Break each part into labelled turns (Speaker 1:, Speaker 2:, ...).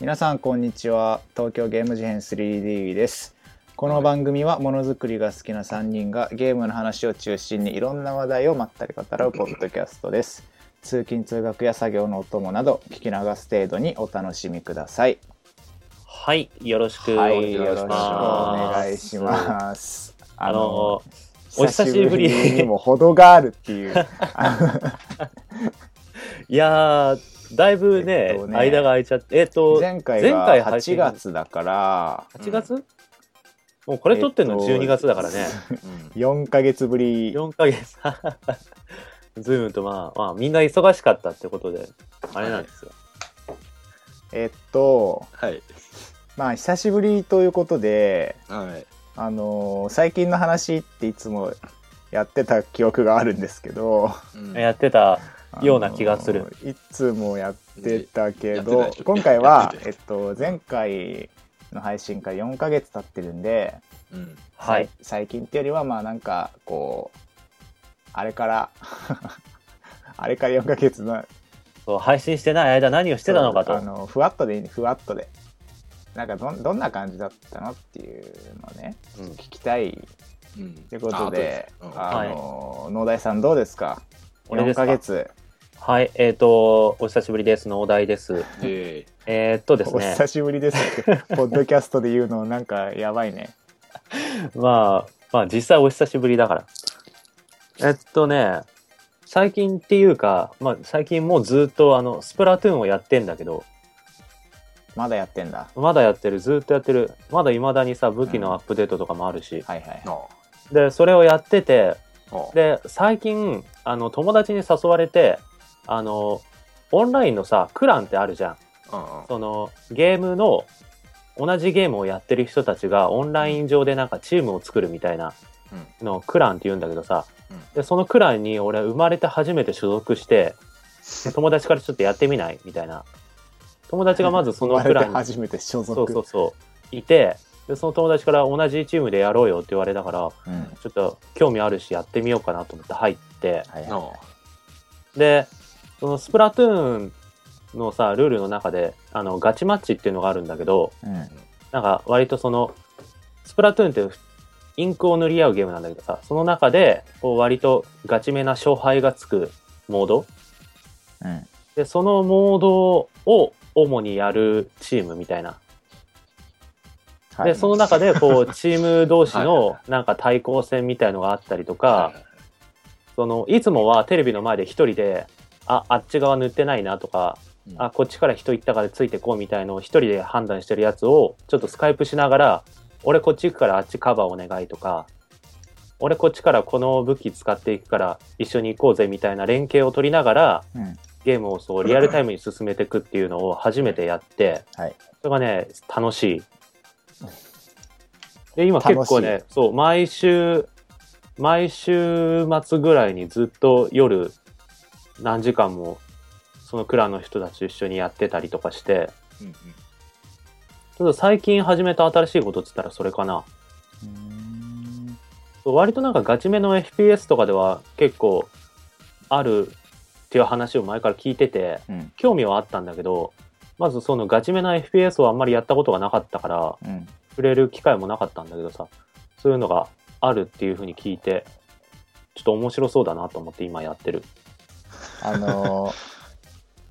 Speaker 1: 皆さんこんにちは東京ゲーム事変 3D ですこの番組はものづくりが好きな3人がゲームの話を中心にいろんな話題をまったり語らうポッドキャストです通勤通学や作業のお供など聞き流す程度にお楽しみください
Speaker 2: はい、よろしくお
Speaker 1: は
Speaker 2: 願
Speaker 1: い
Speaker 2: いし
Speaker 1: よろしくお
Speaker 2: ます。
Speaker 1: 願いします
Speaker 2: あ
Speaker 1: あ
Speaker 2: の、お久しぶり
Speaker 1: 久にも程があるっていう
Speaker 2: いやー、だいぶね、
Speaker 1: えっとね
Speaker 2: 間が空いちゃって、えっ、と、
Speaker 1: 前回
Speaker 2: 前回
Speaker 1: が
Speaker 2: 配
Speaker 1: 8
Speaker 2: 信
Speaker 1: 月だから
Speaker 2: 8月、もうこれ撮ってんの
Speaker 1: えっと
Speaker 2: 12月だからね。
Speaker 1: 4ヶ月ぶり
Speaker 2: 4ヶ月。 ズームとまあ、まあ、みんな忙しかったってことで、あれなんですよ。
Speaker 1: えっと
Speaker 3: はい。
Speaker 1: まあ久しぶりということで
Speaker 3: はい。
Speaker 1: あのー最近の話っていつもやってた記憶があるんですけど
Speaker 3: うん
Speaker 2: やってた、ような気がする、
Speaker 1: あのーいつもやってたけど
Speaker 3: やってたでしょ
Speaker 1: 今回は
Speaker 3: やって、た
Speaker 1: えっと、前回の配信から4ヶ月経ってるんで、
Speaker 3: うん。
Speaker 2: はい。
Speaker 1: 最近ってよりはまあなんかこうあれから あれから4ヶ月の
Speaker 2: そう配信してない間何をしてたのかと
Speaker 1: あ。のふわっとでいいふわっとでなんかどんどんな感じだったのっていうのをね
Speaker 2: うん
Speaker 1: 聞きたい
Speaker 3: うん。
Speaker 1: ということで
Speaker 3: あ後
Speaker 1: あの、農大さんどうですか
Speaker 2: 俺ですか
Speaker 1: 4ヶ月
Speaker 2: はい、えっ、と、お久しぶりです。のお題です。
Speaker 3: うんで
Speaker 2: えっとです
Speaker 1: お
Speaker 2: ね。
Speaker 1: 久しぶりです ってポッドキャストで言うのなんかやばいね
Speaker 2: まあ、まあ実際お久しぶりだから。えっとね、最近っていうか、まあ最近もうずっとあの、スプラトゥーンをやってんだけど、
Speaker 1: まだやってんだ
Speaker 2: まだやってる、ずっとやってる。まだ未だにさ、武器のアップデートとかもあるし。
Speaker 1: はいはい
Speaker 3: あ
Speaker 2: で、それをやってて、
Speaker 3: あ
Speaker 2: で、最近、あの、友達に誘われて、あの、オンラインのさ、クランってあるじゃん。
Speaker 3: あ
Speaker 2: その、ゲームの、同じゲームをやってる人たちがオンライン上でなんかチームを作るみたいなのをクランって言うんだけどさ、
Speaker 3: うん
Speaker 2: でそのクランに俺生まれて初めて所属 して友達からちょっとやってみないみたいな友達がまずそのク
Speaker 1: 生ま
Speaker 2: ラ
Speaker 1: れて
Speaker 2: ンに
Speaker 1: 初めて所
Speaker 2: そう
Speaker 1: 属
Speaker 2: そうそういてでその友達から同じチームでやろうよって言われたから
Speaker 1: うんはい
Speaker 2: ちょっと興味あるしやってみようかなと思って入って
Speaker 1: はい
Speaker 3: ああ
Speaker 2: でそのスプラトゥーンのさルールの中であのガチマッチっていうのがあるんだけど
Speaker 1: うん
Speaker 2: なんか割とそのスプラトゥーンっていうインクを塗り合うゲームなんだけどさその中でこう割とガチめな勝敗がつくモード
Speaker 1: うん
Speaker 2: でそのモードを主にやるチームみたいな、
Speaker 1: はい
Speaker 2: でその中でこうチーム同士のなんか対抗戦みたいのがあったりとか、そのいつもはテレビの前で一人でああっち側塗ってないなとか、
Speaker 3: うん
Speaker 2: あこっちから人行ったからついてこうみたいのを一人で判断してるやつをちょっとスカイプしながら俺こっち行くからあっちカバーお願いとか俺こっちからこの武器使っていくから一緒に行こうぜみたいな連携を取りながら
Speaker 1: うん
Speaker 2: ゲームをそうリアルタイムに進めていくっていうのを初めてやって、
Speaker 1: はい
Speaker 2: それがね楽しい。で今結構ねそう毎週毎週末ぐらいにずっと夜何時間もそのクラの人たちと一緒にやってたりとかして
Speaker 3: うんう
Speaker 2: ちょ
Speaker 3: ん
Speaker 2: っと最近始めた新しいことっつったらそれかな
Speaker 1: うーん
Speaker 2: そう割となんかガチめの FPS とかでは結構あるっていう話を前から聞いてて
Speaker 1: うん
Speaker 2: 興味はあったんだけどまずそのガチめな FPS をあんまりやったことがなかったから
Speaker 1: うん
Speaker 2: 触れる機会もなかったんだけどさそういうのがあるっていうふうに聞いてちょっと面白そうだなと思って今やってる
Speaker 1: あのー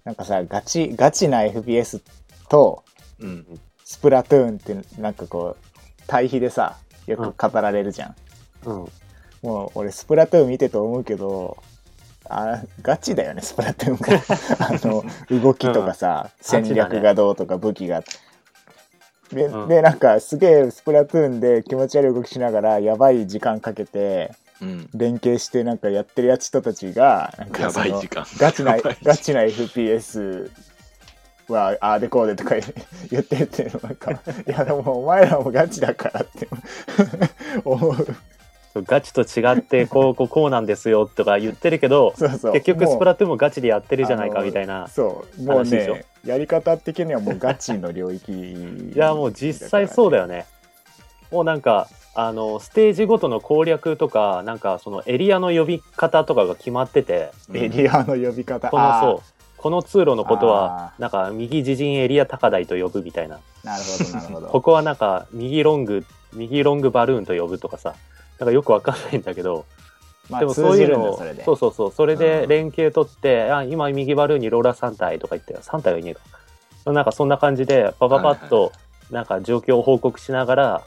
Speaker 1: なんかさガチガチな FPS と
Speaker 3: うん
Speaker 1: スプラトゥーンってなんかこう対比でさよく語られるじゃん、
Speaker 2: うん
Speaker 1: もう俺スプラトゥーン見てと思うけどあガチだよねスプラトゥ ーンもあの動きとかさ、
Speaker 2: うん
Speaker 1: 戦略がどうとか武器が、で,、
Speaker 2: うん
Speaker 1: でなんかすげえスプラトゥーンで気持ち悪い動きしながらやばい時間かけて
Speaker 3: うん
Speaker 1: 連携してなんかやってるやつ人たちがなんか
Speaker 3: や
Speaker 1: そ
Speaker 3: ば
Speaker 1: の
Speaker 3: い時間
Speaker 1: ガチな
Speaker 3: やばい時間
Speaker 1: ガチな FPS はああでこうでとか言言ってってなんかいやでもお前らもガチだからって思う
Speaker 2: そうガチと違ってこうこうこうなんですよとか言ってるけど
Speaker 1: そうそう
Speaker 2: 結局スプ
Speaker 1: ラ
Speaker 2: ラトゥーンもガチでやってるじゃないかみたいな
Speaker 1: そうもう
Speaker 2: 話でしょ
Speaker 1: ねやり方的にはもうガチの領域い
Speaker 2: いやもう実際そうだよねもうなんかあのステージごとの攻略とかなんかそのエリアの呼び方とかが決まってて
Speaker 1: エリアの呼び方
Speaker 2: この
Speaker 1: あー
Speaker 2: そうこの通路のこと
Speaker 1: あ
Speaker 2: はなんか右自陣エリア高台と呼ぶみたいな
Speaker 1: なるほど、なるほ
Speaker 2: こ
Speaker 1: ど。
Speaker 2: こはなんか右ロング右ロングバルーンと呼ぶとかさなんかよくわかんないんだけど、
Speaker 1: ま
Speaker 2: で
Speaker 1: あ、
Speaker 2: も
Speaker 1: 通
Speaker 2: そうい
Speaker 1: じ
Speaker 2: う
Speaker 1: るん
Speaker 2: の
Speaker 1: だ、
Speaker 2: を
Speaker 1: それで。
Speaker 2: そうそうそうそれ
Speaker 1: う
Speaker 2: で
Speaker 1: ん
Speaker 2: 連携取って、あ今右バルーンにローラー3体とか言って3体はいねえかなんかそんな感じでパパパッ
Speaker 3: はい
Speaker 2: となんか状況を報告しながら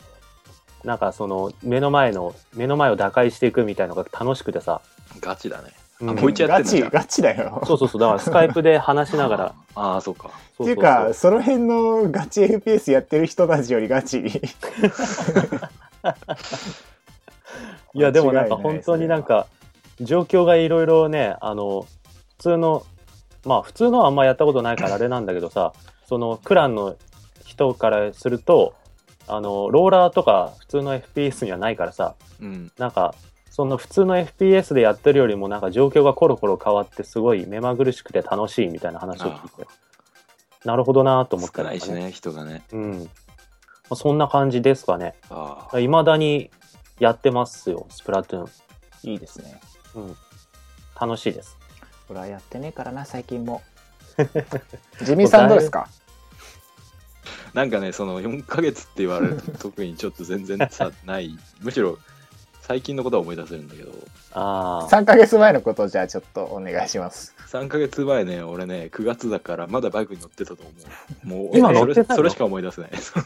Speaker 2: なんかその目の前の目の前を打開していくみたいのが楽しくてさ、
Speaker 3: ガチだね。
Speaker 2: うん
Speaker 3: あもう一応やってんのじゃ
Speaker 1: ガ
Speaker 3: ん
Speaker 1: チ、ガチだよ。
Speaker 2: そうそうそうだからスカイプで話しな がら
Speaker 3: ああ、そうか。
Speaker 2: そ
Speaker 1: っていうう
Speaker 2: うそそう
Speaker 1: かその辺のガチ FPS やってる人たちよりガチ
Speaker 2: いやでもなんか本当になんか状況がいろいろねあの普通のまあ普通のはあんまやったことないからあれなんだけどさ そのクランの人からするとあのローラーとか普通の FPS にはないからさ
Speaker 3: うん。
Speaker 2: なんかその普通の FPS でやってるよりもなんか状況がコロコロ変わってすごい目まぐるしくて楽しいみたいな話を聞いてなるほどなと思った
Speaker 3: 少
Speaker 2: んだ
Speaker 3: ない
Speaker 2: よ
Speaker 3: しね、人がね。
Speaker 2: うんまあそんな感じですかね
Speaker 3: ああ。
Speaker 2: いまだにやってますよスプラトゥーン
Speaker 1: いいですね
Speaker 2: 楽しいです
Speaker 1: 俺はやってねえからな最 近もジミーさんどうですか
Speaker 3: なんかね、その4ヶ月って言われると特にちょっと全然さ、ない。むしろ最近のことは思い出せるんだけど、
Speaker 2: ああ、
Speaker 1: 3ヶ月前のことをじゃあちょっとお願いします
Speaker 3: 3ヶ月前ね、俺ね、9月だからまだバイクに乗ってたと思う。も う、
Speaker 2: 今
Speaker 3: 俺
Speaker 2: 乗って
Speaker 3: それ
Speaker 2: たの
Speaker 3: それしか思い出せない。そう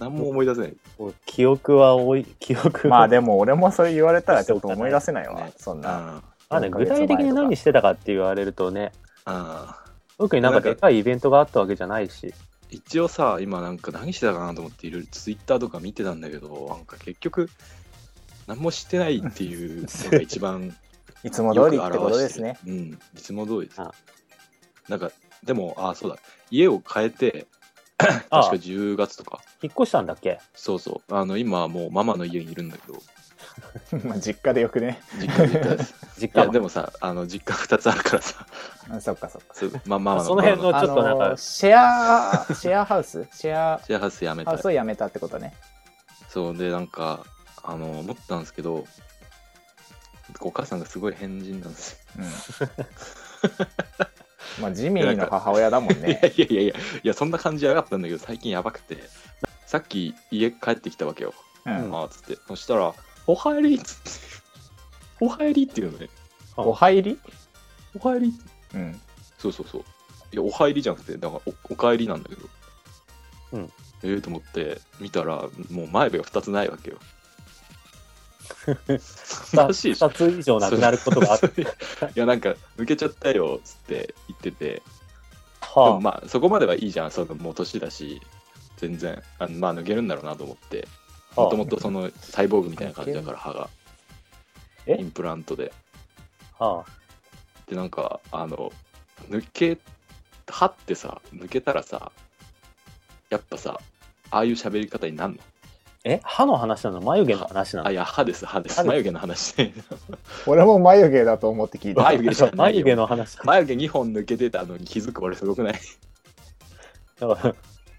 Speaker 3: 何も思い出せない。
Speaker 2: 記憶は多い、 記憶
Speaker 1: まあ
Speaker 2: で
Speaker 1: でも俺もそれ言われたらちょっと思い出せないわ
Speaker 3: ね
Speaker 1: そんな
Speaker 3: あ
Speaker 2: あね
Speaker 1: 4ヶ
Speaker 2: 具
Speaker 1: 月前
Speaker 2: 体的に
Speaker 1: とか
Speaker 2: 何してたかって言われるとね、
Speaker 3: あ、ああ。
Speaker 2: 特になんか
Speaker 3: なんか
Speaker 2: でかいイベントがあったわけじゃないし、
Speaker 3: 一応さ、今なんか何してたかなと思っていろいろツイッターとか見てたんだけど、なんか結局、何もしてないっていうのが一番
Speaker 1: いつも通りってことですね
Speaker 3: よく表してる。うん、いつも通りです
Speaker 2: あ。
Speaker 3: なんか、でも、あ、そうだ、家を変えて、 確か
Speaker 2: あ
Speaker 3: 10月とか、
Speaker 2: 引っ越したんだっけ
Speaker 3: そうそう、あの、今はもうママの家にいるんだけど、
Speaker 1: まあ実家でよくね
Speaker 3: 実家に行ったです
Speaker 2: 実
Speaker 3: いや、
Speaker 2: 家
Speaker 3: でもさ、あの、実家2つあるからさ、
Speaker 1: あそっかそっか
Speaker 3: そうま、ママの
Speaker 2: その辺の
Speaker 3: ママ
Speaker 2: ちょっとなんか
Speaker 1: あのーシェアシェアハウスシェア
Speaker 3: シェアハウスやめ
Speaker 1: ハ
Speaker 3: た
Speaker 1: ウスをやめたってことね
Speaker 3: そうで、なんか、あの、思ったんですけど、お母さんがすごい変人なんですよ。
Speaker 1: うんまあジミーの母親だもん
Speaker 3: い
Speaker 1: ね
Speaker 3: やいやいやいや、いやそんな感じやがったんだけど、最近やばくて、さっき家帰ってきたわけよ。
Speaker 1: うん
Speaker 3: まあつってそしたら「おはえり」っつって「おはえり」って言うのね
Speaker 1: お入り
Speaker 3: 「おはえり
Speaker 1: うん」
Speaker 3: そうそうそういや「おはえり」じゃなくてだからお「おかえり」なんだけど
Speaker 2: うん
Speaker 3: ええと思って見たらもう前歯が2つないわけ よ
Speaker 2: 2,
Speaker 3: 悲しいでしょ
Speaker 2: つ以上なくなることがあっ
Speaker 3: いやなんか抜けちゃったよっつって言ってて
Speaker 2: た。
Speaker 3: で
Speaker 2: は
Speaker 3: もまあそこまではいいじゃんそのもう年だし全然あのまあ抜けるんだろうなと思って
Speaker 2: あ
Speaker 3: もともとそのサイボーグみたいな感じだから歯が
Speaker 2: え
Speaker 3: インプラントで
Speaker 2: は
Speaker 3: でなんかあの抜け歯ってさ抜けたらさやっぱさああいう喋り方になんの
Speaker 2: え、歯の話なの眉毛の話な
Speaker 3: あ
Speaker 2: の
Speaker 3: いや歯です歯です
Speaker 2: 歯です
Speaker 3: 眉毛の話 ね
Speaker 1: 俺も眉毛だと思って聞いた
Speaker 3: 眉毛じゃない
Speaker 2: 眉毛
Speaker 3: よ
Speaker 2: の話な
Speaker 3: 眉毛2本抜けてたのに気づく俺すごくない
Speaker 2: の。だから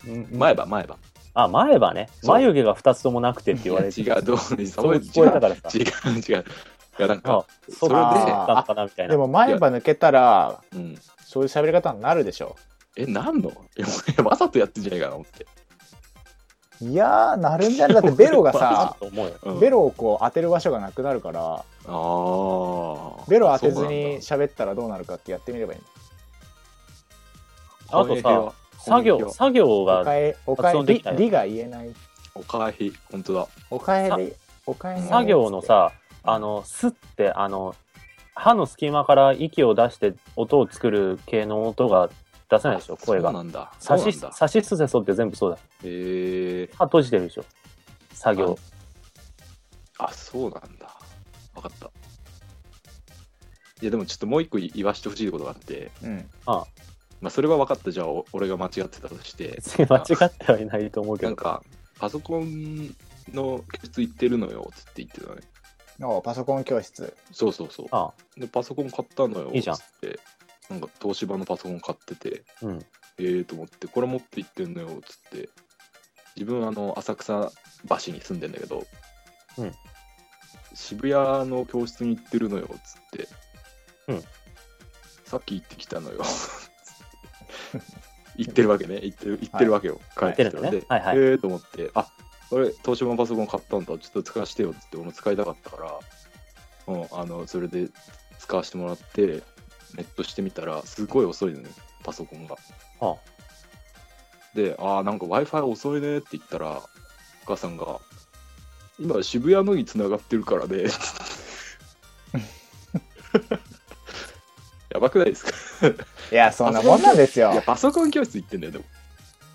Speaker 2: うん
Speaker 3: 前歯前歯
Speaker 2: あ、前歯ね。
Speaker 3: そう
Speaker 2: 眉毛が2つともなくてって言われて。
Speaker 3: いや違うどう
Speaker 2: そう
Speaker 3: そう違う
Speaker 2: 聞こえたからさ。
Speaker 3: 違う違ういやなん
Speaker 2: あ
Speaker 3: か、
Speaker 2: そう
Speaker 3: それで
Speaker 2: だったのかなみたい
Speaker 1: で
Speaker 2: な。
Speaker 1: も前歯抜けたら
Speaker 3: うん
Speaker 1: そういう喋り方になるでしょ
Speaker 3: えなんの いや俺わざとやってんじゃないかなと思って、
Speaker 1: いやーなるんじゃないだってベロがさ
Speaker 2: あと思うよ。
Speaker 3: うん、
Speaker 1: ベロを こう当てる場所がなくなるから
Speaker 3: ああ
Speaker 1: ベロ当てず
Speaker 3: そうなん
Speaker 1: に
Speaker 3: だ
Speaker 1: 喋ったらどうなるかってやってみればいい
Speaker 2: あとさ
Speaker 3: こん
Speaker 2: 作
Speaker 3: にちは
Speaker 2: 業、作業
Speaker 1: おか
Speaker 2: が、
Speaker 1: えおか
Speaker 2: 発
Speaker 1: え
Speaker 2: 音で
Speaker 1: り
Speaker 2: きたよ
Speaker 1: りが言えない
Speaker 3: おかえり本当だ
Speaker 1: おかえりおかえり
Speaker 2: 作業のさ、あの、すって、あの、歯の隙間から息を出して音を作る系の音が出せないでしょ、声
Speaker 3: そうな
Speaker 2: が。
Speaker 3: んだ
Speaker 2: さ
Speaker 3: そう
Speaker 2: し、
Speaker 3: なんだ
Speaker 2: さしすせそって全部そうだ。
Speaker 3: へえ
Speaker 2: 歯閉じてるでしょ、作業。
Speaker 3: あそうなんだ分かったいやでもちょっともう一個言わしてほしいことがあって、
Speaker 1: うん
Speaker 3: まあ、それは分かったじゃあお俺が間違ってたとして
Speaker 2: 別に間違ってはいないと思うけ
Speaker 3: なん
Speaker 2: ど。
Speaker 3: かパソコンの教室行ってるのよつって言ってたね
Speaker 1: おパソコン教室
Speaker 3: そうそうそう
Speaker 2: あ
Speaker 3: でパソコン買ったのよ
Speaker 2: いいじゃん
Speaker 3: つってなんか東芝のパソコン買ってて
Speaker 2: うん。
Speaker 3: ええと思ってこれ持って行ってんのよつって自分あの浅草橋に住んでんだけど、
Speaker 2: うん
Speaker 3: 渋谷の教室に行ってるのよつって、
Speaker 2: うん
Speaker 3: さっき行ってき たのよ。行ってるわけね。行ってる行ってるわけよ。
Speaker 1: はい
Speaker 3: 帰ってき
Speaker 2: 行
Speaker 3: た
Speaker 2: っ
Speaker 3: の
Speaker 2: てるのね
Speaker 3: で、
Speaker 2: はいはい
Speaker 3: えーと思って、あ俺、東芝のパソコン買ったんだ。ちょっと使わせてよって言って、俺も使いたかったから、うん、あの、それで使わせてもらって、ネットしてみたら、すごい遅いのね、パソコンが。
Speaker 2: あ
Speaker 3: で、ああ、なんか Wi-Fi 遅いねって言ったら、お母さんが、今渋谷のに繋がってるから ね。やばくないですか
Speaker 1: いや、そんなもんなんですよ
Speaker 3: いや、。パソコン教室行ってんだよ、でも。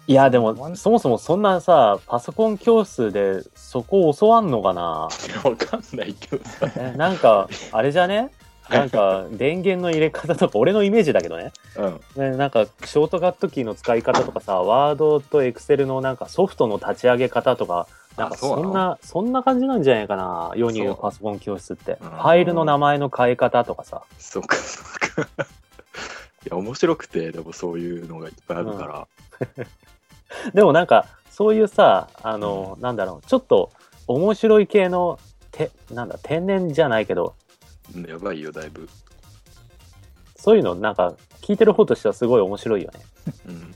Speaker 2: いや、で
Speaker 1: ほ
Speaker 2: も、
Speaker 1: ん
Speaker 2: そもそもそんなさ、パソコン教室でそこを教わんのかな
Speaker 3: いやわかんないけどさ。
Speaker 2: えなんか、あれじゃねなんか、電源の入れ方とか、俺のイメージだけどね。
Speaker 3: うん。
Speaker 2: ねなんか、ショートカットキーの使い方とかさ、ワードとエクセルのなんかソフトの立ち上げ方とか、なんか
Speaker 3: あそ
Speaker 2: そ
Speaker 3: うなの
Speaker 2: んな、そんな感じなんじゃないかな、世に言う
Speaker 3: そう
Speaker 2: パソコン教室って。フ
Speaker 3: うん
Speaker 2: ァイルの名前の変え方とかさ。
Speaker 3: そうか、そうか。いや、面白くて、でもそういうのがいっぱいあるから。
Speaker 2: でもなんか、そういうさ、あの、なんだろう、ちょっと面白い系の、て、なんだ、天然じゃないけど、
Speaker 3: うんやばいよ、だいぶ。
Speaker 2: そういうのなんか聞いてる方としてはすごい面白いよね。
Speaker 3: うん。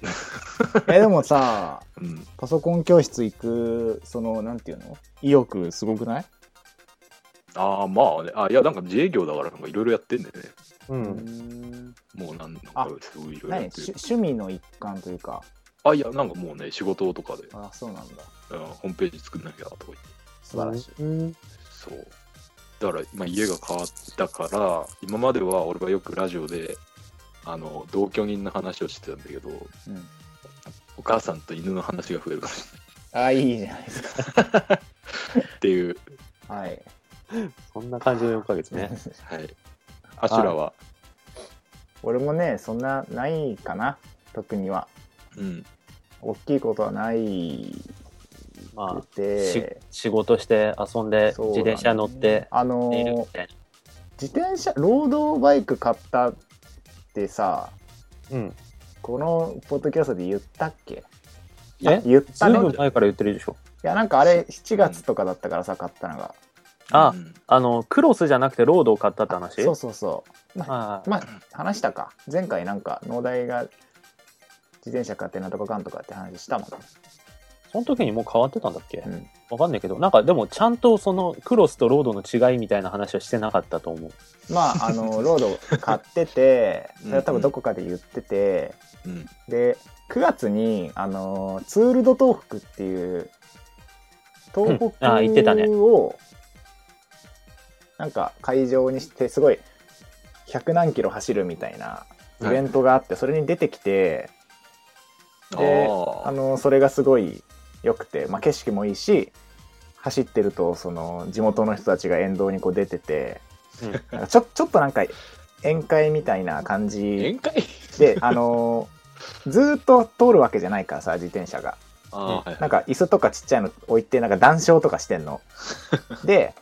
Speaker 1: え、でもさ、
Speaker 3: うん、
Speaker 1: パソコン教室行く、その、なんていうの意欲すごくない
Speaker 3: ああ、まあね。あ、いや、なんか自営業だから、なんかいろいろやってんだよね。
Speaker 2: う。
Speaker 1: うんん。
Speaker 3: もうなんなん
Speaker 1: あ
Speaker 3: か、すごいいろいろや
Speaker 1: 何
Speaker 3: って
Speaker 1: 趣趣
Speaker 3: る。
Speaker 1: 味の一環というか。
Speaker 3: あ、いや、なんかもうね、仕事とかで、
Speaker 1: あ、そうなんだ。
Speaker 3: うん、ホームページ作んなきゃとか言って。
Speaker 1: 素晴らしい。
Speaker 2: うん。
Speaker 3: そう。だから、まあ、家が変わったから、今までは俺がよくラジオで、あの、同居人の話をしてたんだけど、
Speaker 1: うん。
Speaker 3: お母さんと犬の話が増えるかもしれない
Speaker 1: あ、いいじゃないですか。
Speaker 3: っていう、
Speaker 1: はい。
Speaker 2: そんな感じの4ヶ月ね。
Speaker 3: はい。アシュラは、
Speaker 1: 俺もね、そんなないかな。特には。
Speaker 3: うん、
Speaker 1: 大きいことはない
Speaker 2: ま
Speaker 1: く。
Speaker 2: あ、して仕事して遊んで、
Speaker 1: そうだ
Speaker 2: 自
Speaker 1: ね
Speaker 2: 転車乗って、
Speaker 1: あ
Speaker 2: 寝るみ
Speaker 1: の、
Speaker 2: たい
Speaker 1: 自転車、ロードバイク買ったってさ、
Speaker 2: な。うん。
Speaker 1: このポッドキャストで言ったっけ
Speaker 2: え
Speaker 1: 言っ
Speaker 2: ず
Speaker 1: た
Speaker 2: い
Speaker 1: ね。
Speaker 2: ぶん
Speaker 1: い
Speaker 2: 前から言ってるでしょ。
Speaker 1: や、なんかあれ、7月とかだったからさ、買ったのが。
Speaker 2: あ
Speaker 3: うん
Speaker 2: あの、クロスじゃなくてロードを買ったって話
Speaker 1: そうそうそう。ま
Speaker 2: あ
Speaker 1: あ、まあ、話したか。前回なんか、農大が自転車買ってなんとかかんとかって話したもんね。
Speaker 2: その時にもう変わってたんだっけ
Speaker 1: うん。
Speaker 2: わかんないけど、なんかでもちゃんとそのクロスとロードの違いみたいな話はしてなかったと思う。
Speaker 1: まあ、あの、ロード買って て、
Speaker 3: うん
Speaker 1: それは多分どこかで言ってて、
Speaker 3: うん、
Speaker 1: で、9月に、あの、ツールド東北っていう、東北を、
Speaker 2: うんあ言ってたね
Speaker 1: なんか会場にして、すごい、100何キロ走るみたいなイベントがあって、それに出てきて、であ
Speaker 3: あー
Speaker 1: のそれがすごい良くて、まあ、景色もいいし走ってるとその地元の人たちが沿道にこう出てて、
Speaker 2: うん
Speaker 1: なんかちょちょっとなんか宴会みたいな感じ
Speaker 3: 宴会
Speaker 1: で、あのずーっと通るわけじゃないからさ自転車が
Speaker 3: あーはい
Speaker 1: なんか椅子とかちっちゃいの置いてなんか談笑とかしてんの。で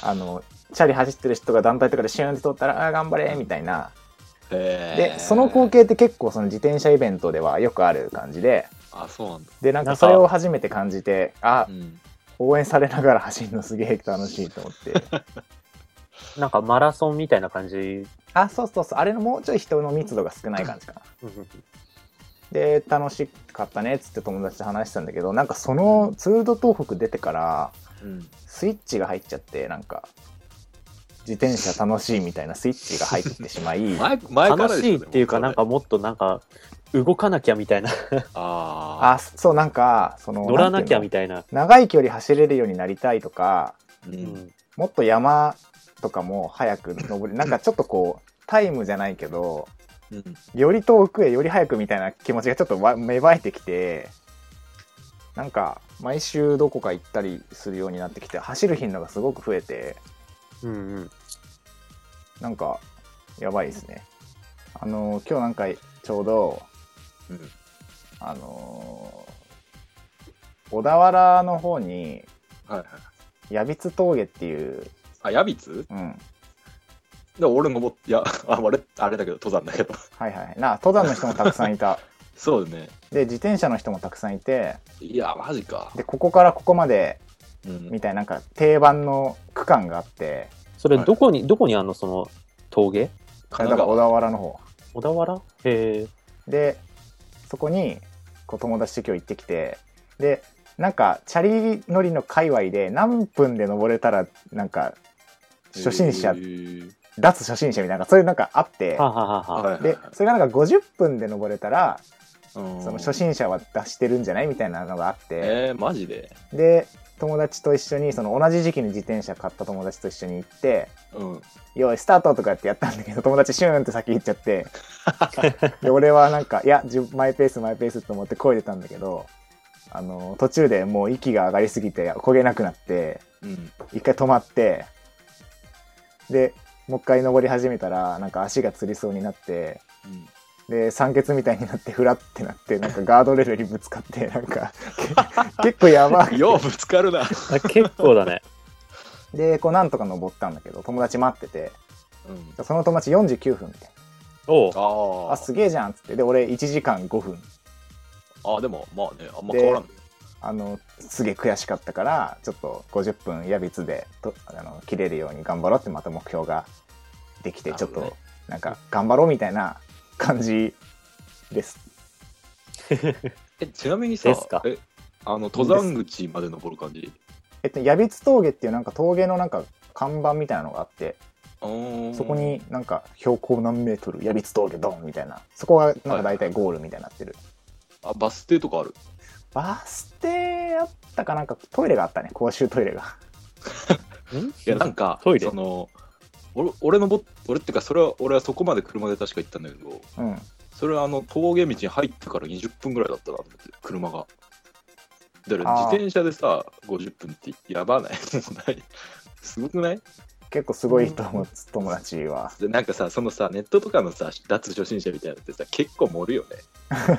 Speaker 1: あのチャリ走ってる人が団体とかでシューンって通ったら「あー頑張れ」みたいな
Speaker 3: へー
Speaker 1: でその光景って結構その自転車イベントではよくある感じで。
Speaker 3: あそうなんだ、
Speaker 1: でなんか
Speaker 2: なんか
Speaker 1: それを初めて感じてあ
Speaker 3: うん、
Speaker 1: 応援されながら走るのすげえ楽しいと思って
Speaker 2: なんかマラソンみたいな感じ。
Speaker 1: あそうそうそうあれのもうちょい人の密度が少ない感じかなで楽しかったねっつって友達と話してたんだけどなんかそのツールド東北出てから
Speaker 3: うん、
Speaker 1: スイッチが入っちゃってなんか自転車楽しいみたいなスイッチが入ってしま い
Speaker 3: 前前から
Speaker 2: 楽しいっていうか、なんかもっとなんか、動かなきゃみたいな、
Speaker 3: あ
Speaker 1: あそうなんかその
Speaker 2: 乗らなきゃみ
Speaker 1: たい
Speaker 2: たいな。
Speaker 1: な長い距離走れるようになりたいとか
Speaker 3: あ、う
Speaker 2: うんん
Speaker 1: もっと山とかも早く登りなんかちょっとこうタイムじゃないけど
Speaker 3: うん、
Speaker 1: より遠くへより早くみたいな気持ちがちょっとわ芽生えてきてなんか毎週どこか行ったりするようになってきて走る頻度がすごく増えて
Speaker 2: うんうん
Speaker 1: なんかやばいですねあの今日なんかちょうど
Speaker 3: うん
Speaker 1: あの小田原の方に
Speaker 3: はいはい
Speaker 1: 矢櫃峠っていう、
Speaker 3: あヤビツ
Speaker 1: うん、
Speaker 3: で俺登っていやああれあれだけど登山だけど
Speaker 1: はいはいな登山の人もたくさんいた
Speaker 3: そうだね
Speaker 1: で自転車の人もたくさんいて
Speaker 3: いやマジか、
Speaker 1: でここからここまで
Speaker 3: うん、
Speaker 1: みたいななんか定番の区間があって
Speaker 2: それどこに、どこにあんのその峠
Speaker 1: だから小田原の方
Speaker 2: 小小田原へえ。
Speaker 1: でそこにこう友達と今日行ってきてでなんかチャリ乗りの界隈で何分で登れたらなんか初心者、
Speaker 3: えー
Speaker 1: 脱初心者みたいななんかそういうなんかあって
Speaker 2: はあ、はあはあはあ。
Speaker 3: はいはい
Speaker 1: で
Speaker 3: はい
Speaker 1: それがなんか50分で登れたら
Speaker 3: そ
Speaker 1: その初心者は出してるんじゃないみたいなのがあって
Speaker 3: えー、マジで
Speaker 1: で友達と一緒にその同じ時期に自転車買った友達と一緒に行って
Speaker 3: うん。
Speaker 1: よいスタートとかやってやったんだけど友達シューンって先行っちゃってで俺はなんかいや自分マイペースマイペースと思って漕いでたんだけどあの途中でもう息が上がりすぎて焦げなくなって
Speaker 3: うん。
Speaker 1: 一回止まってでもう一回登り始めたらなんか足がつりそうになって
Speaker 3: うん
Speaker 1: で酸欠みたいになってフラってなってなんかガードレールにぶつかってなんかけ結構やばい
Speaker 3: ようぶつかるな。
Speaker 2: あ結構だね。
Speaker 1: でこうなんとか登ったんだけど友達待ってて
Speaker 3: うん、
Speaker 1: その友達49分みたいな。
Speaker 2: おう。
Speaker 3: あ
Speaker 1: あすげえじゃんっつってで俺1時間5分
Speaker 3: ああでもまあねあんま変わらんね
Speaker 1: あのすげえ悔しかったからちょっと50分や別でとあの切れるように頑張ろうってまた目標ができて
Speaker 3: な
Speaker 1: ち
Speaker 3: る
Speaker 1: ょっ
Speaker 3: ほどね
Speaker 1: となんか頑張ろうみたいな感じです
Speaker 3: えちなみにさ
Speaker 2: ですか
Speaker 3: えあの登山口まで登る感じ
Speaker 1: えっと矢櫃峠っていうなんか峠のなんか看板みたいなのがあってそ
Speaker 3: そ
Speaker 1: こになんか標高何メートル矢櫃峠ドンみたいなそこがなんか大体ゴールみたいになってる、
Speaker 3: あバス停とかある
Speaker 1: バス停あったかなんかトイレがあったね公衆トイレが
Speaker 3: いやなんか
Speaker 2: トイレ
Speaker 3: その俺俺登っ俺っていうかそれは俺はそこまで車で確か行ったんだけど
Speaker 1: うん
Speaker 3: それはあの峠道に入ってから20分ぐらいだったなと思って車がだから
Speaker 1: あー
Speaker 3: 自転車でさ50分ってやばない もうないすごくない
Speaker 1: 結構すごいと思う友達は
Speaker 3: でなんかさそのさネットとかのさ脱初心者みたいなのってさ結構盛るよねなん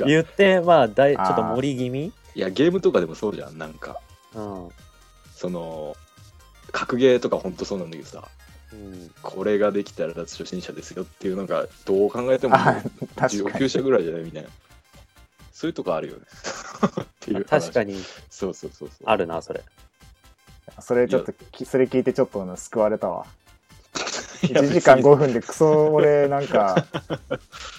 Speaker 3: か
Speaker 2: 言って、まあ、だいちょ
Speaker 1: あー
Speaker 2: っと盛り気味
Speaker 3: いやゲームとかでもそうじゃんなんか
Speaker 2: うん。う
Speaker 3: その格ゲーとかほんとそうなんだけどさ
Speaker 2: ん。
Speaker 3: これができたら脱初心者ですよっていうのがどう考えても
Speaker 1: あ確
Speaker 3: 上
Speaker 1: かに
Speaker 3: 級者ぐらいじゃないみたいなそういうとこあるよね っていう話
Speaker 2: 確かに
Speaker 3: そうそうそうそう
Speaker 2: あるな、それ。
Speaker 1: それちょっときそれ聞いてちょっとあの救われたわ
Speaker 3: いや
Speaker 1: 1時間
Speaker 3: 別に
Speaker 1: 5分でクソ俺なん か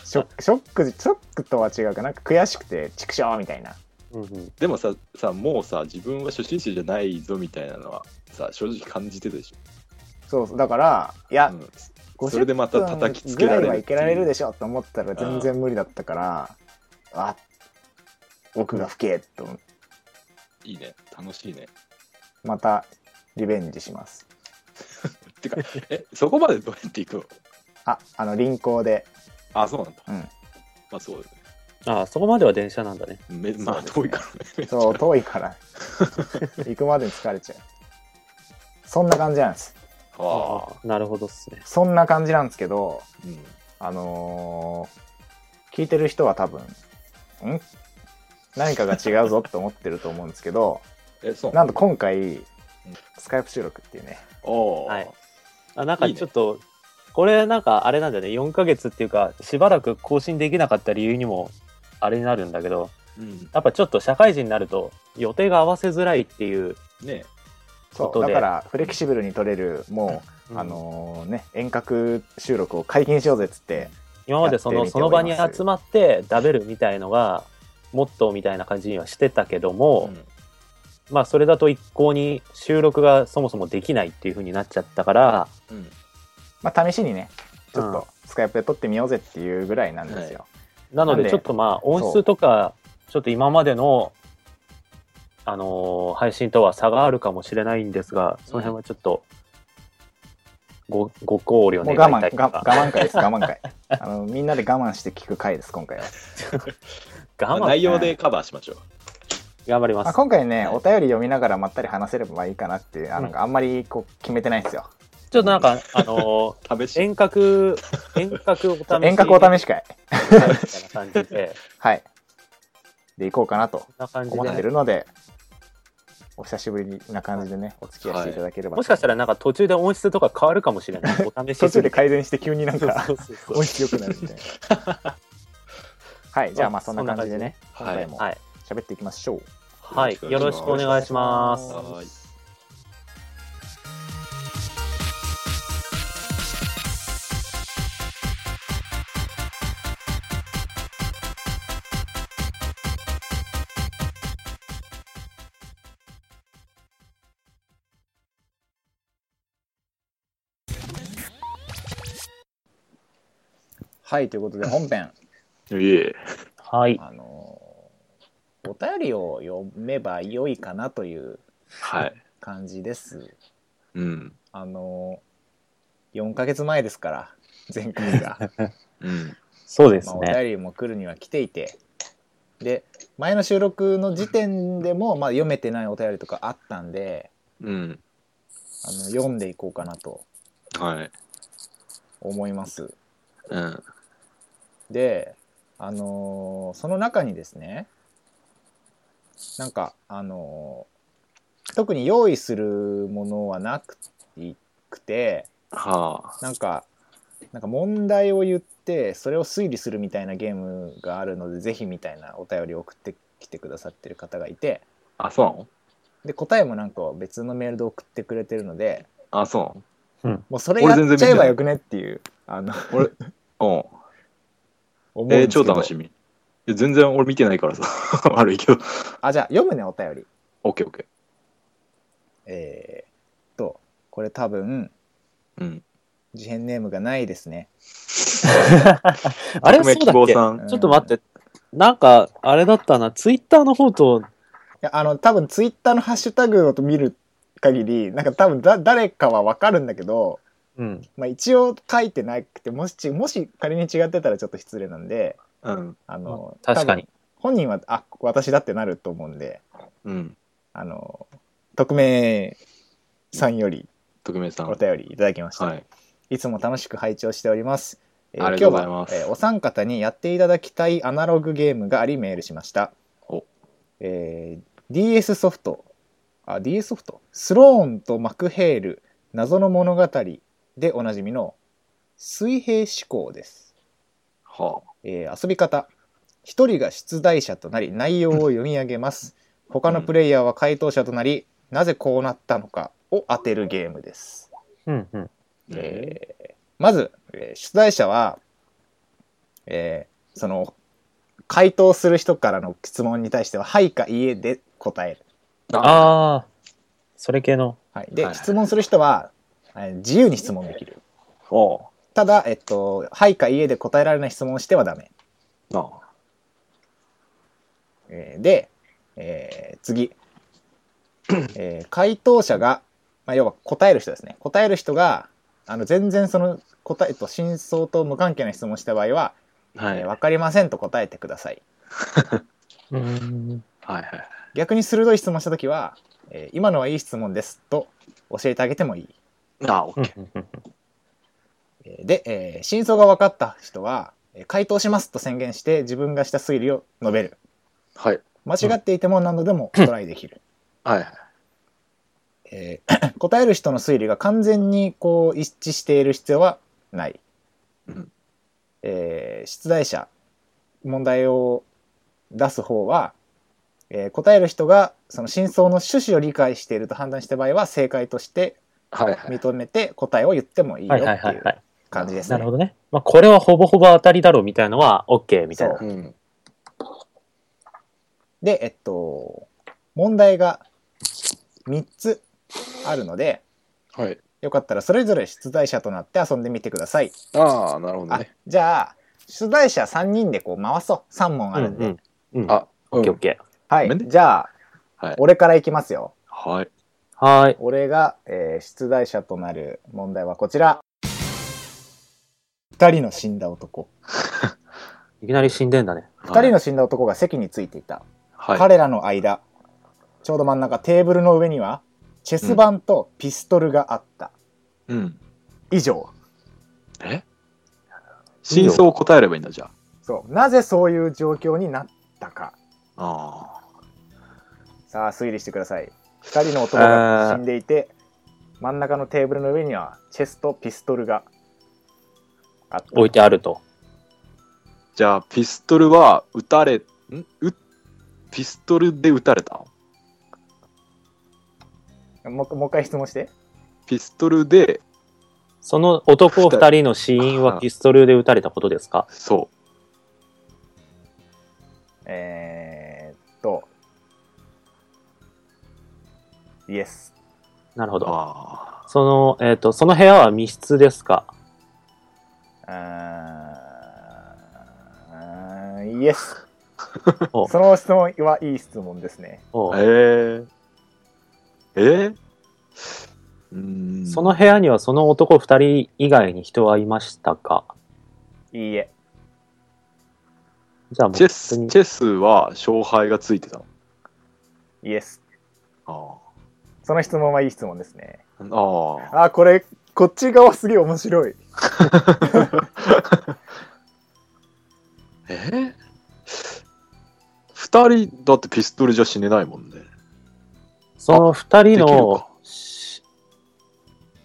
Speaker 1: ショックショックショックとは違うかなんか悔しくてチクショーみたいな
Speaker 2: うんうん。
Speaker 3: でもささもうさ自分は初心者じゃないぞみたいなのはさ正直感じてたでし
Speaker 1: そうそうだからいや
Speaker 3: ょ、う、ん、
Speaker 1: 50
Speaker 3: それでまた叩きつけられる
Speaker 1: 分ぐらいはいけられるで
Speaker 3: し
Speaker 1: しょと思ったら全然無理だったからあ奥が深えと思って
Speaker 3: ょいいね楽しいね
Speaker 1: またリベンジします
Speaker 3: てかえそこまでどうやっていくの
Speaker 1: ああの輪行で
Speaker 3: あそうなんだ
Speaker 1: うん
Speaker 3: まあそうだよね
Speaker 2: ああ、そこまでは電車なんだね。
Speaker 3: めまあ
Speaker 1: そう
Speaker 3: 遠
Speaker 1: ですね
Speaker 3: いからねめっちゃ
Speaker 1: そう遠いから行くまでに疲れちゃうそんな感じなんです
Speaker 3: は あ、
Speaker 2: あ。なるほどっすね。
Speaker 1: そんな感じなんですけど
Speaker 3: うん、
Speaker 1: あのー聞いてる人は多分ん何かが違うぞって思ってると思うんですけ ど
Speaker 3: えそう
Speaker 1: なんと今回スカイプ収録っていうね
Speaker 3: おー
Speaker 2: はいあなんか
Speaker 3: いいね
Speaker 2: ちょっと、これなんかあれなんだよね、4ヶ月っていうか、しばらく更新できなかった理由にも、あれになるんだけど、
Speaker 3: うん、
Speaker 2: やっぱちょっと社会人になると、予定が合わせづらいっていう、
Speaker 3: ね
Speaker 1: そ
Speaker 2: こ
Speaker 1: う
Speaker 2: と
Speaker 1: だ
Speaker 2: で
Speaker 1: からフレキシブルに撮れるもう、あのーね遠隔収録を解禁しようぜっつって
Speaker 2: 今までそ
Speaker 1: やっ
Speaker 2: の
Speaker 1: てみて
Speaker 2: その場に
Speaker 1: おります
Speaker 2: 集まって食べるみたいのがモットーみたいな感じにはしてたけども、
Speaker 3: うん
Speaker 2: まあそれだと一向に収録がそもそもできないっていう風になっちゃったから、
Speaker 3: うん、
Speaker 1: まあ試しにねちょっとスカイプで撮ってみようぜっていうぐらいなんですよ、
Speaker 2: なの
Speaker 1: なん
Speaker 2: で
Speaker 1: で
Speaker 2: ちょっとまあ音質とかちょっと今までのあのー配信とは差があるかもしれないんですが、その辺はちょっとごご考慮
Speaker 1: も
Speaker 2: 願
Speaker 1: う我
Speaker 2: いた
Speaker 1: 慢
Speaker 2: いと
Speaker 1: が
Speaker 2: か
Speaker 1: 我慢会です我慢会あのみんなで我慢して聞く回です今回は
Speaker 2: 我慢
Speaker 3: 内容でカバーしましょう
Speaker 2: 頑張りま
Speaker 1: まあ、
Speaker 2: す。
Speaker 1: 今回ね、お便り読みながらまったり話せればいいかなっていう、あの、あんまりこう決めてないんですよ。
Speaker 2: ちょっとなんかあ のー
Speaker 3: 試し
Speaker 2: 遠隔遠隔お試し
Speaker 1: 遠隔お試し会。
Speaker 2: みたいな感じで。
Speaker 1: はい。で、行こうかなと
Speaker 2: こんな感じ
Speaker 1: 思って
Speaker 2: で。
Speaker 1: るので、お久しぶりな感じでね、お付き合いしていただければ。
Speaker 2: もしかしたらなんか途中で音質とか変わるかもしれない。お試し
Speaker 1: 途中で
Speaker 2: 変
Speaker 1: 改善して急になんか
Speaker 2: そうそうそう
Speaker 1: 音質良くなるみたいな。はい、じゃあまあそんな感じでね、
Speaker 3: そん
Speaker 1: 今
Speaker 3: な感じで
Speaker 1: 回も
Speaker 2: はい。
Speaker 1: 喋っていきましょう。
Speaker 2: はい。よろしくお願いします。
Speaker 3: はい
Speaker 4: 「
Speaker 1: はいということで本編
Speaker 3: いえ。
Speaker 2: はい。
Speaker 1: あのーお便りを読めば良いかなという
Speaker 3: はい。
Speaker 1: 感じです
Speaker 3: うん。
Speaker 1: あのー、4ヶ月前ですから前回が、
Speaker 3: うん。
Speaker 2: そうです
Speaker 1: まあ、お
Speaker 2: ね。
Speaker 1: 便りも来るには来ていてで前の収録の時点でも、まあ、読めてないお便りとかあったんで
Speaker 3: うん。
Speaker 1: あの読んでいこうかなと
Speaker 3: はい。
Speaker 1: 思います
Speaker 3: うん。
Speaker 1: であのーその中にですねなんかあのー特に用意するものはなくて
Speaker 3: は
Speaker 1: なんかなんか問題を言ってそれを推理するみたいなゲームがあるのでぜひみたいなお便りを送ってきてくださってる方がいて
Speaker 3: あ。あ、そうなの
Speaker 1: で答えもなんか別のメールで送ってくれてるので
Speaker 3: あ、そ
Speaker 1: もうそれやっちゃえばよくねっていうあの
Speaker 3: うなの俺、
Speaker 1: 思う
Speaker 3: うんん。え
Speaker 1: で
Speaker 3: ー
Speaker 1: すけど
Speaker 3: 超楽しみ。いや全然俺見てないからさ。 悪いけど。
Speaker 1: あじゃあ読むねお便り
Speaker 3: オッケーオッケ
Speaker 1: えー、とこれ多分
Speaker 3: ー。うん。
Speaker 1: 事変ネームがないですね
Speaker 2: あれ、そう
Speaker 3: 匿名
Speaker 2: だ
Speaker 3: 希
Speaker 2: っ
Speaker 3: 望
Speaker 2: けち
Speaker 3: さ。
Speaker 1: うんん
Speaker 2: ょっと待って。なんか、あれだったな。ツイッターの方と、
Speaker 1: いやあの多分ツイッターのハッシュタグを見る限りなんか多分だ誰かは分かるんだけど
Speaker 2: うん。
Speaker 1: まあ、一応書いてなくてもしもし仮に違ってたらちょっと失礼なんで
Speaker 3: うん。
Speaker 1: あの
Speaker 2: 確かに
Speaker 1: 多分。本人はあ私だってなると思うんで
Speaker 3: うん。
Speaker 1: あの匿名さんより
Speaker 3: 匿名さん。
Speaker 1: お
Speaker 3: は
Speaker 1: 便りいただきました、
Speaker 3: い。
Speaker 1: い、つも楽しく拝聴しております、え
Speaker 3: ありがとうございます
Speaker 1: 今日は、えーお三方にやっていただきたいアナログゲームがありメールしました
Speaker 3: お
Speaker 1: えー DS ソフトあ DS ソフトスローンとマクヘール謎の物語でおなじみの水平思考です
Speaker 3: は
Speaker 1: えー遊び方一人が出題者となり内容を読み上げます他のプレイヤーは回答者となりなぜこうなったのかを当てるゲームです、
Speaker 2: うんうん。
Speaker 3: あ。え
Speaker 1: えーまず、えー出題者は、えーその回答する人からの質問に対しては「はい」か「いいえ」で答える、
Speaker 3: あ
Speaker 2: ああ、それ系の。
Speaker 1: はい、で、
Speaker 3: はいはい
Speaker 1: 質問する人は、えー自由に質問できる
Speaker 3: おう
Speaker 1: ただ、えっと「はい」か「いいえ」で答えられない質問をしてはダメ
Speaker 3: なあ。
Speaker 1: えーで、えー次、えー回答者が、まあ、要は答える人ですね答える人があの全然その答えと真相と無関係な質問をした場合は「
Speaker 3: は
Speaker 1: えー
Speaker 3: い。はい
Speaker 1: わかりません」と答えてください
Speaker 2: うん。
Speaker 3: はい。
Speaker 1: 逆に鋭い質問した時は「えー今のはいい質問です」と教えてあげてもいい、
Speaker 3: あ、オッ
Speaker 2: うん
Speaker 3: ケー。
Speaker 2: うん
Speaker 1: えーで、えー真相が分かった人は「えー回答します」と宣言して自分がした推理を述べる
Speaker 3: はい。
Speaker 1: 間違っていても何度でもトライできる
Speaker 3: はい。
Speaker 1: えー 答える人の推理が完全にこう一致している必要はない、
Speaker 3: うん
Speaker 1: えー出題者問題を出す方は、えー答える人がその真相の趣旨を理解していると判断した場合は正解として
Speaker 3: はい。はい。
Speaker 1: 認めて答えを言ってもいいよっ
Speaker 2: はい
Speaker 1: てい
Speaker 2: はいはいうはい。
Speaker 1: 感じです
Speaker 2: な
Speaker 1: ね
Speaker 2: るほ。どね。まあ、これはほぼほぼ当たりだろうみたいのは OK みたいな
Speaker 1: そ。
Speaker 3: うん。
Speaker 1: でえっと問題が3つあるので
Speaker 3: はい。
Speaker 1: よかったらそれぞれ出題者となって遊んでみてください。
Speaker 3: ああ、なるほど
Speaker 1: あ
Speaker 3: ね。
Speaker 1: じゃあ出題者3人でこう回そう3問あるんで、
Speaker 2: うんうん。うん。
Speaker 3: あ、うん
Speaker 2: OKOK。
Speaker 1: はい
Speaker 3: ごめんね
Speaker 1: じゃあ
Speaker 3: はい。
Speaker 1: 俺からいきますよ
Speaker 3: はい。
Speaker 2: はーい。
Speaker 1: 俺が、えー出題者となる問題はこちら2人の死んだ男
Speaker 2: いきなり死んでんだね。
Speaker 1: 2人
Speaker 3: の、
Speaker 1: の死んだ男が席についていた、
Speaker 3: はい。
Speaker 1: 彼らの間ちょうど真ん中テーブルの上にはチェス盤とピストルがあった、
Speaker 3: うん。
Speaker 1: 以上
Speaker 3: え真相を答えればいいんだ、じゃ
Speaker 1: そうなぜそういう状況になったか
Speaker 3: あ。あ
Speaker 1: さあ推理してください2人の男が死んでいて真ん中のテーブルの上にはチェスとピストルがあった
Speaker 2: 置いてあると。
Speaker 3: あ。じゃあ、ピストルは撃たれ、んうピストルで撃たれた
Speaker 1: もうもう一回質問して
Speaker 3: ピストルで、
Speaker 2: その男二人の死因はピストルで撃たれたことですか
Speaker 3: そ
Speaker 1: えー、っとイエス
Speaker 2: なるほ
Speaker 3: う。
Speaker 2: ど。
Speaker 3: ああ。
Speaker 2: その、えっ、と、その部屋は密室ですか
Speaker 1: あーイエ ス
Speaker 2: お
Speaker 1: その質問はいい質問ですね
Speaker 2: おう
Speaker 3: えええうーん
Speaker 2: その部屋にはその男二人以外に人はいましたか
Speaker 1: いいえ
Speaker 2: じゃあもう
Speaker 3: チェ
Speaker 2: 普通
Speaker 3: ス
Speaker 2: に
Speaker 3: チェスは勝敗がついてたの
Speaker 1: イエス
Speaker 3: あ
Speaker 1: その質問はいい質問ですね
Speaker 3: あああ
Speaker 1: あこれこっち側すげえ面白い
Speaker 3: えー、2人だってピストルじゃ死ねないもんね
Speaker 2: その二人
Speaker 3: できるか
Speaker 2: のし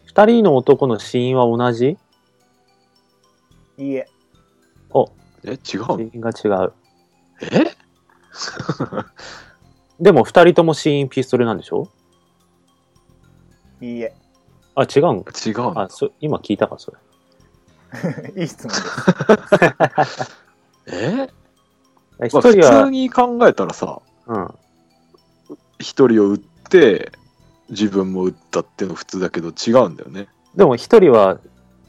Speaker 2: 二人の男の死因は同じ
Speaker 1: いいえ
Speaker 2: お
Speaker 3: え違うの
Speaker 2: 死因が違う
Speaker 3: え
Speaker 2: でも二人とも死因ピストルなんでしょ
Speaker 1: いいえ
Speaker 2: あ違うん
Speaker 3: 違うの
Speaker 2: あそ今聞いたかそれ
Speaker 1: いい質問です
Speaker 3: え
Speaker 2: え
Speaker 3: ま
Speaker 2: 一
Speaker 3: あ、普
Speaker 2: 人は
Speaker 3: 通、に考えたらさ
Speaker 2: うん、
Speaker 3: 一人を撃って自分も撃ったっていうの普通だけど違うんだよね
Speaker 2: でも一人は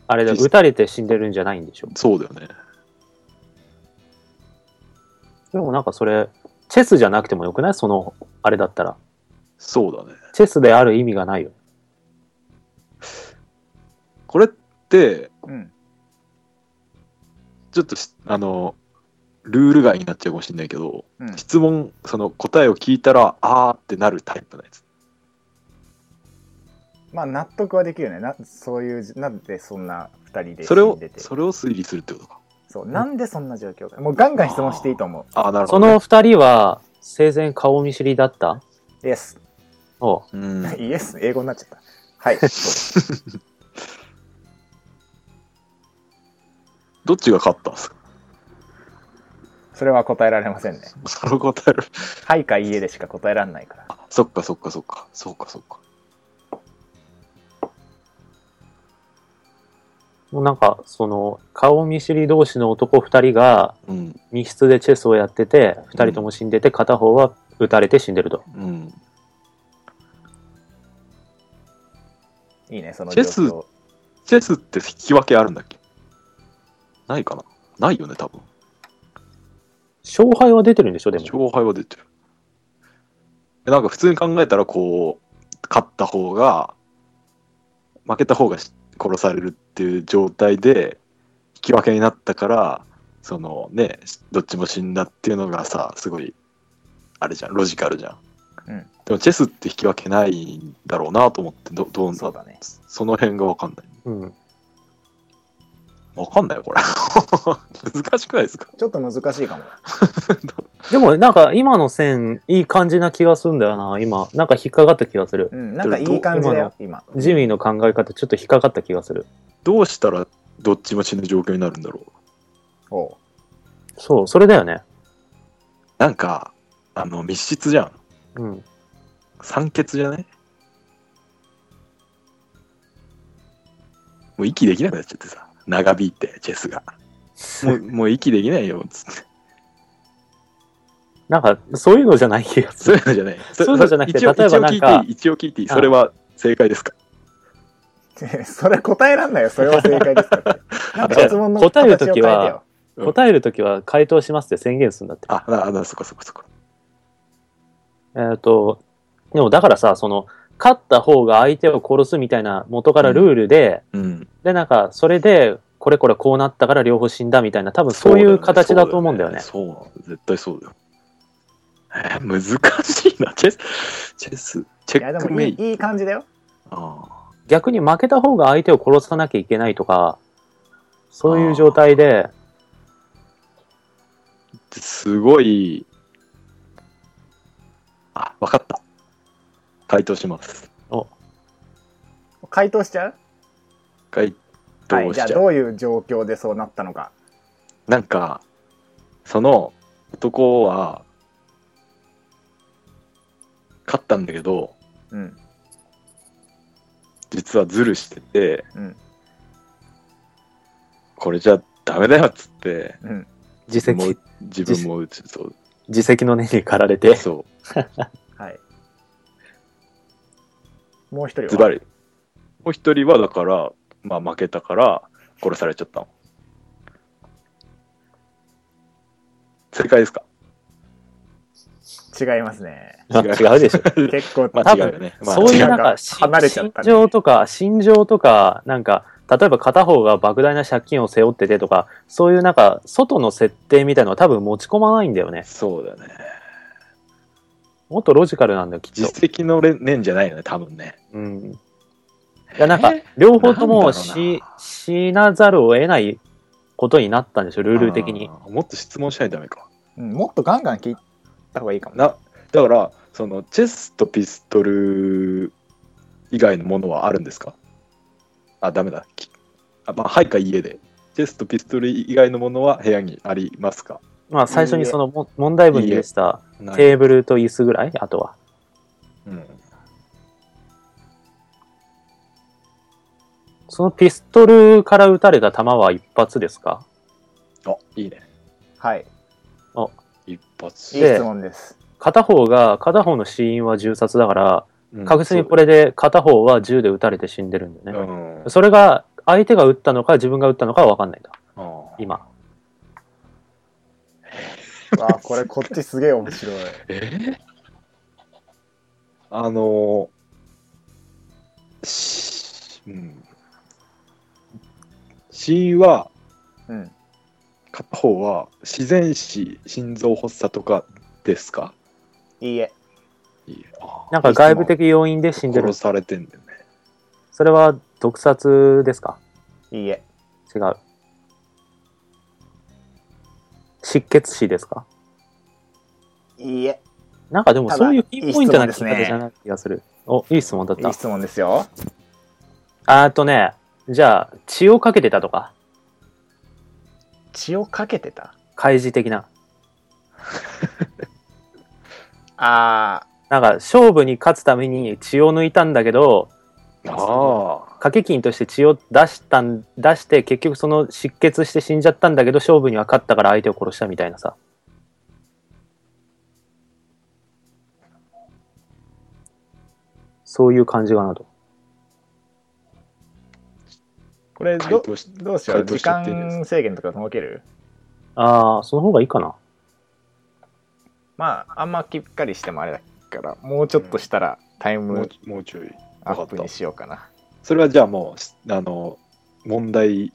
Speaker 2: あれだ
Speaker 3: ピス
Speaker 2: 撃たれて死んでるんじゃないんでしょ
Speaker 3: そうだよね
Speaker 2: でもなんかそれチェスじゃなくてもよくないそのあれだったら
Speaker 3: そうだね
Speaker 2: チェスである意味がないよ
Speaker 3: これって
Speaker 1: うん
Speaker 3: ちょっとしあのルール外になっちゃうかもしれないけど、
Speaker 1: うん
Speaker 3: 質問その答えを聞いたらあーってなるタイプのやつ
Speaker 1: まあ納得はできるねなそういうなんでそんな2人で
Speaker 3: それ
Speaker 1: 死
Speaker 3: を
Speaker 1: んでて
Speaker 3: それを推理するってことか
Speaker 1: そうなんでそんな状況かもうガンガン質問していいと思
Speaker 3: あーなる
Speaker 2: そ
Speaker 3: ほど、
Speaker 2: の二人は生前顔見知りだった
Speaker 1: うイエス
Speaker 2: おう
Speaker 3: その、うん、
Speaker 1: イエス英語になっちゃったはい
Speaker 3: どっちが勝ったん ですか
Speaker 1: それは答えられませんね
Speaker 3: その答える
Speaker 1: はいかいいえでしか答えられないから
Speaker 3: あそっかそっかそっかそうかそうか
Speaker 2: もうなんかその顔見知り同士の男二人が
Speaker 3: うん
Speaker 2: 密室でチェスをやってて二人とも死んでて片方は撃たれて死んでると
Speaker 3: うん
Speaker 1: いいねその
Speaker 3: チ
Speaker 1: 状
Speaker 3: ェス
Speaker 1: 況
Speaker 3: チェスって引き分けあるんだっけないかなないよね多分
Speaker 2: 勝敗は出てるんでしょでも
Speaker 3: 勝敗は出てるえなんか普通に考えたらこう勝った方が負けた方がし殺されるっていう状態で引き分けになったからそのねどっちも死んだっていうのがさすごいあれじゃんロジカルじゃん、
Speaker 1: うん
Speaker 3: でもチェスって引き分けないんだろうなと思ってどどう
Speaker 1: そうだね
Speaker 3: その辺が分かんない
Speaker 2: うん
Speaker 3: 分かんないよこれ 難しくないですか
Speaker 1: ちょっと難しいかも
Speaker 2: でもなんか今の線いい感じな気がするんだよな今なんか引っかかった気がする
Speaker 1: うんなんかいい感じだよ今
Speaker 2: ジミーの考え方ちょっと引っかかった気がする
Speaker 3: どうしたらどっちも死ぬ状況になるんだろう
Speaker 1: おう
Speaker 2: そうそれだよね
Speaker 3: なんか、あの、密室じゃん。
Speaker 2: うん
Speaker 3: 酸欠じゃないもう息できなくなっちゃってさ、長引いて、チェスが。もう、もう息できないよ、つって。
Speaker 2: なんかそういうのじゃない気がす
Speaker 3: そう
Speaker 2: る
Speaker 3: いうのじゃない。
Speaker 2: そういうのじゃなくて
Speaker 3: 一応
Speaker 2: 例えばなんか
Speaker 3: 一応聞いていい、一応聞いていい。それは正解ですか
Speaker 1: それ答えらんないよそれは正解ですからなんか質問の
Speaker 2: 答える
Speaker 1: 形を変え
Speaker 2: と
Speaker 1: て
Speaker 2: きは
Speaker 1: よ
Speaker 3: うん
Speaker 2: 答えるときは回答しますって宣言するんだって
Speaker 3: あ、な、あな、そこそこそこ。
Speaker 2: えっ、とでもだからさその勝った方が相手を殺すみたいな元からルールで、
Speaker 3: うん。
Speaker 2: でなんかそれでこれこれこうなったから両方死んだみたいな多分そういう形だと思うんだよね
Speaker 3: そうなの絶対そうだよ。えー難しいな、チェス、チェス、チ
Speaker 1: い
Speaker 3: ェ
Speaker 1: や
Speaker 3: ッ
Speaker 1: で
Speaker 3: ク
Speaker 1: も
Speaker 3: メ
Speaker 1: い
Speaker 3: イト。
Speaker 1: いいい感じだよ
Speaker 3: あ
Speaker 2: 逆に負けた方が相手を殺さなきゃいけないとかそういう状態で
Speaker 3: ーすごい、あ、わかった。回答します。
Speaker 1: 回答しちゃう
Speaker 3: 回
Speaker 1: はい
Speaker 3: 答
Speaker 1: じゃ
Speaker 3: し
Speaker 1: あ
Speaker 3: ちゃう。
Speaker 1: どういう状況でそうなったのか
Speaker 3: なんか、その男は、勝ったんだけど、
Speaker 1: うん
Speaker 3: 実はズルしてて、
Speaker 1: うん
Speaker 3: これじゃダメだよっつって、
Speaker 1: うん
Speaker 2: 自
Speaker 3: 自分も
Speaker 2: 責
Speaker 3: 自分も打つそう
Speaker 2: 自責の根に駆られ て
Speaker 3: そ
Speaker 1: はいもう一人
Speaker 3: う
Speaker 1: は
Speaker 3: ズバリもう一人はだからまあ負けたから殺されちゃったの正正解ですか
Speaker 1: 違いますね。
Speaker 4: まあ違うでしょ。
Speaker 1: 結構、
Speaker 3: まあ違うよね。まあ、
Speaker 2: そういう
Speaker 1: 違
Speaker 2: な
Speaker 1: うん
Speaker 2: か
Speaker 1: か、離れちゃったね
Speaker 2: 心情とか、心情とか、なんか、例えば片方が莫大な借金を背負っててとか、そういうなんか、外の設定みたいのは多分持ち込まないんだよね。
Speaker 3: そうだね。
Speaker 2: もっとロジカルなんだよ、きっと。
Speaker 3: 実績のれ年じゃないよね、多分ね。
Speaker 2: うん。いや、なんか、両方とも
Speaker 3: なんだろう
Speaker 2: し、しなざるを得ないことになったんでしょ、ルール的に。
Speaker 3: あー。もっと質問しないとダメか。
Speaker 1: うんもっとガンガン聞いた方がいいかも。
Speaker 3: な、だから、その、チェスとピストル以外のものはあるんですかあ、ダメだ。きあまあ、はいか家で。チェスとピストル以外のものは部屋にありますか
Speaker 2: まあ、最初にそのも問題文に出てた
Speaker 3: ない。
Speaker 2: テーブルと椅子ぐらい、あとは。
Speaker 3: うん、
Speaker 2: そのピストルから撃たれた弾は一発ですか
Speaker 3: あ、いいね。
Speaker 1: はい。
Speaker 3: 一発。
Speaker 1: いい質問です。
Speaker 2: 片方が、片方の死因は銃殺だから、
Speaker 3: うん
Speaker 2: 確実にこれで片方は銃で撃たれて死んでるんだ
Speaker 3: そう
Speaker 2: よ
Speaker 3: だ
Speaker 2: ね。
Speaker 3: ね
Speaker 2: それが、相手が撃ったのか自分が撃ったのかは分かんないと。
Speaker 3: うん。あー
Speaker 2: 今。
Speaker 1: わあ、これこっちすげえ面白い。
Speaker 3: えあのしうん死因は
Speaker 1: うん。
Speaker 3: 片方は自然死心臓発作とかですか
Speaker 1: いいえ。
Speaker 3: いいあ
Speaker 2: なんか外部的要因で死んで
Speaker 3: 殺
Speaker 2: る。
Speaker 3: されてんだよね
Speaker 2: それは毒殺ですか
Speaker 1: いいえ。
Speaker 2: 違う。失血死ですか
Speaker 1: いいえ。
Speaker 2: なんかでもそういうピンポイントな聞き
Speaker 1: ただいい質問で
Speaker 2: 方じ
Speaker 1: すね
Speaker 2: ゃない気がする。お、いい質問だっ
Speaker 1: い
Speaker 2: た
Speaker 1: い。質問ですよ。
Speaker 2: あーとね、じゃあ、血をかけてたとか、
Speaker 1: 血をかけてた
Speaker 2: 開示的な。
Speaker 1: あ
Speaker 2: なんか、勝負に勝つために血を抜いたんだけど、
Speaker 3: あ
Speaker 2: 掛け金として血を出したん、出して、結局その失血して死んじゃったんだけど、勝負には勝ったから相手を殺したみたいなさ。そういう感じかなと。
Speaker 1: ーこれ
Speaker 3: 回
Speaker 1: ど
Speaker 3: 答し
Speaker 1: どうしよう
Speaker 3: 回答
Speaker 1: 時
Speaker 3: しちゃっていいんですか
Speaker 1: 間制限とか設ける
Speaker 2: ああ、その方がいいかな。
Speaker 1: まああんまきっかりしてもあれだからもうちょっとしたらタイ
Speaker 3: もう
Speaker 1: ム
Speaker 3: もうちょい
Speaker 1: ア
Speaker 3: わか
Speaker 1: ッ
Speaker 3: っ
Speaker 1: プ
Speaker 3: た
Speaker 1: にしようかな
Speaker 3: それはじゃあもうしあの問題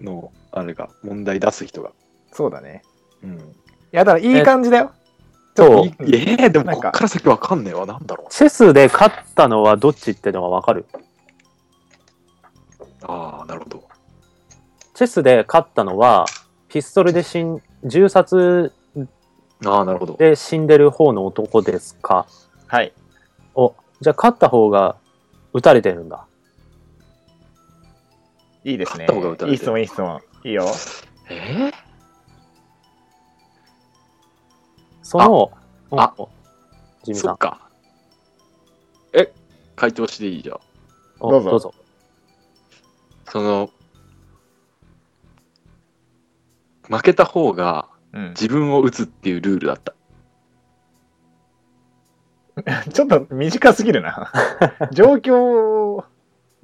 Speaker 3: のあれが問題出す人が
Speaker 1: そうだね
Speaker 3: うん
Speaker 1: いやだからいい感じだよ
Speaker 2: そう
Speaker 3: いえー、でも
Speaker 1: なん
Speaker 3: こ
Speaker 1: か
Speaker 3: っから先わかんねえわなんだろ
Speaker 2: チェスで勝ったのはどっちってのがわかる。
Speaker 3: うああなるほど
Speaker 2: チェスで勝ったのは、ピストルで死ん、銃殺
Speaker 3: ああなるほど
Speaker 2: で死んでる方の男ですか。
Speaker 1: はい
Speaker 2: お、じゃあ勝った方が撃たれてるんだ。
Speaker 1: いいですね
Speaker 3: 勝った方が打たれてる
Speaker 1: いい質問いい質問いいよ
Speaker 3: え
Speaker 2: その、お
Speaker 3: あ
Speaker 2: おジミーさ
Speaker 3: そ
Speaker 2: ん
Speaker 3: っ、か。え、回答していいじゃん。
Speaker 2: お
Speaker 1: どうぞ
Speaker 2: どうぞ。
Speaker 3: その、負けた方が
Speaker 1: うん、
Speaker 3: 自分を打つっていうルールだった。
Speaker 1: ちょっと短すぎる な状況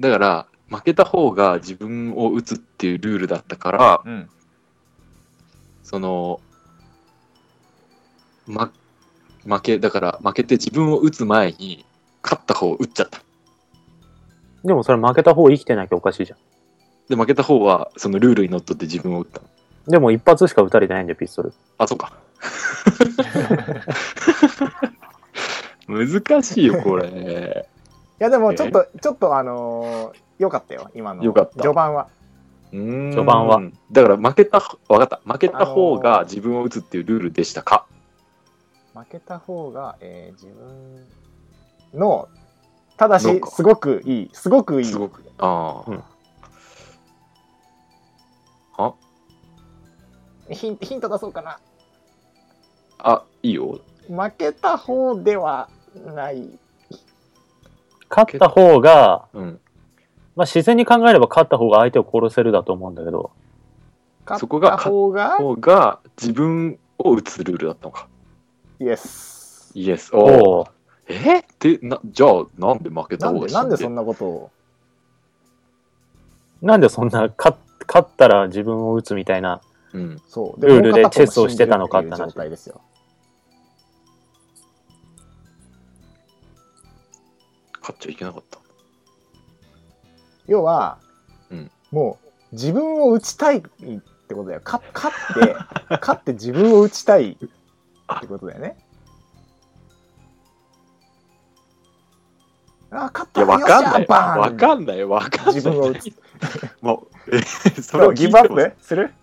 Speaker 3: だから、負けた方が自分を打つっていうルールだったから、
Speaker 1: うん
Speaker 3: その、ま、負け、だから負けて自分を打つ前に、勝った方を打っちゃった。
Speaker 2: でもそれ負けた方生きてなきゃおかしいじゃ
Speaker 3: で、負けた方は、そのルールにのっとって自分を打ったの。
Speaker 2: ん。でも一発しか撃たれてないんだよ、ピストル。
Speaker 3: あ、そうか。難しいよ、これ。
Speaker 1: いやでもちょっとちょっとあのー、よかったよ今の
Speaker 3: よかった
Speaker 1: 序盤は
Speaker 3: 序
Speaker 2: 序盤は
Speaker 3: だから負けた分かった負けた方が自分を打つっていうルールでしたか、
Speaker 1: 負けた方が、えー自分のただ
Speaker 3: の
Speaker 1: し
Speaker 3: か
Speaker 1: すごくいいすごくいい
Speaker 3: すごくああ、
Speaker 2: うん
Speaker 1: ヒンヒント出そうかな
Speaker 3: あいいよ
Speaker 1: 負けた方ではない
Speaker 2: 勝った方が、
Speaker 3: うん
Speaker 2: まあ自然に考えれば勝った方が相手を殺せるだと思うんだけど、
Speaker 1: 勝
Speaker 3: そ
Speaker 1: っ
Speaker 3: こが
Speaker 1: た方が
Speaker 3: 方が自分を打つルールだったのか
Speaker 1: イエス
Speaker 3: イエス
Speaker 2: お
Speaker 3: おお
Speaker 2: おう
Speaker 3: えってなじゃあなんで負けた
Speaker 1: な
Speaker 3: 方
Speaker 1: ん
Speaker 3: が
Speaker 1: で
Speaker 3: 死
Speaker 1: なんで
Speaker 3: で
Speaker 1: そんなことを
Speaker 2: なんでそんな勝勝ったら自分を撃つみたいな
Speaker 3: うん。
Speaker 1: そう
Speaker 2: ルールでチェスをしてたのかって
Speaker 1: もう片
Speaker 2: 話
Speaker 1: 方も死んでるっていう状態ですよ
Speaker 3: 勝っちゃいけなかった。
Speaker 1: 要は、
Speaker 3: うん
Speaker 1: もう自分を打ちたいってことだよか勝 って勝って自分を打ちたいってことだよねあ勝っ
Speaker 3: い
Speaker 1: た
Speaker 3: や、わかん
Speaker 1: よっ
Speaker 3: な
Speaker 1: しゃ
Speaker 3: い。
Speaker 1: バーン
Speaker 3: わかんない。わかんない。
Speaker 1: 自分を打つ
Speaker 3: もう、え、 そ
Speaker 1: そ
Speaker 3: れ
Speaker 1: れ
Speaker 3: を
Speaker 1: を
Speaker 3: 聞
Speaker 1: ギ
Speaker 3: い
Speaker 1: ブア
Speaker 3: て
Speaker 1: ッ
Speaker 3: ます
Speaker 1: プする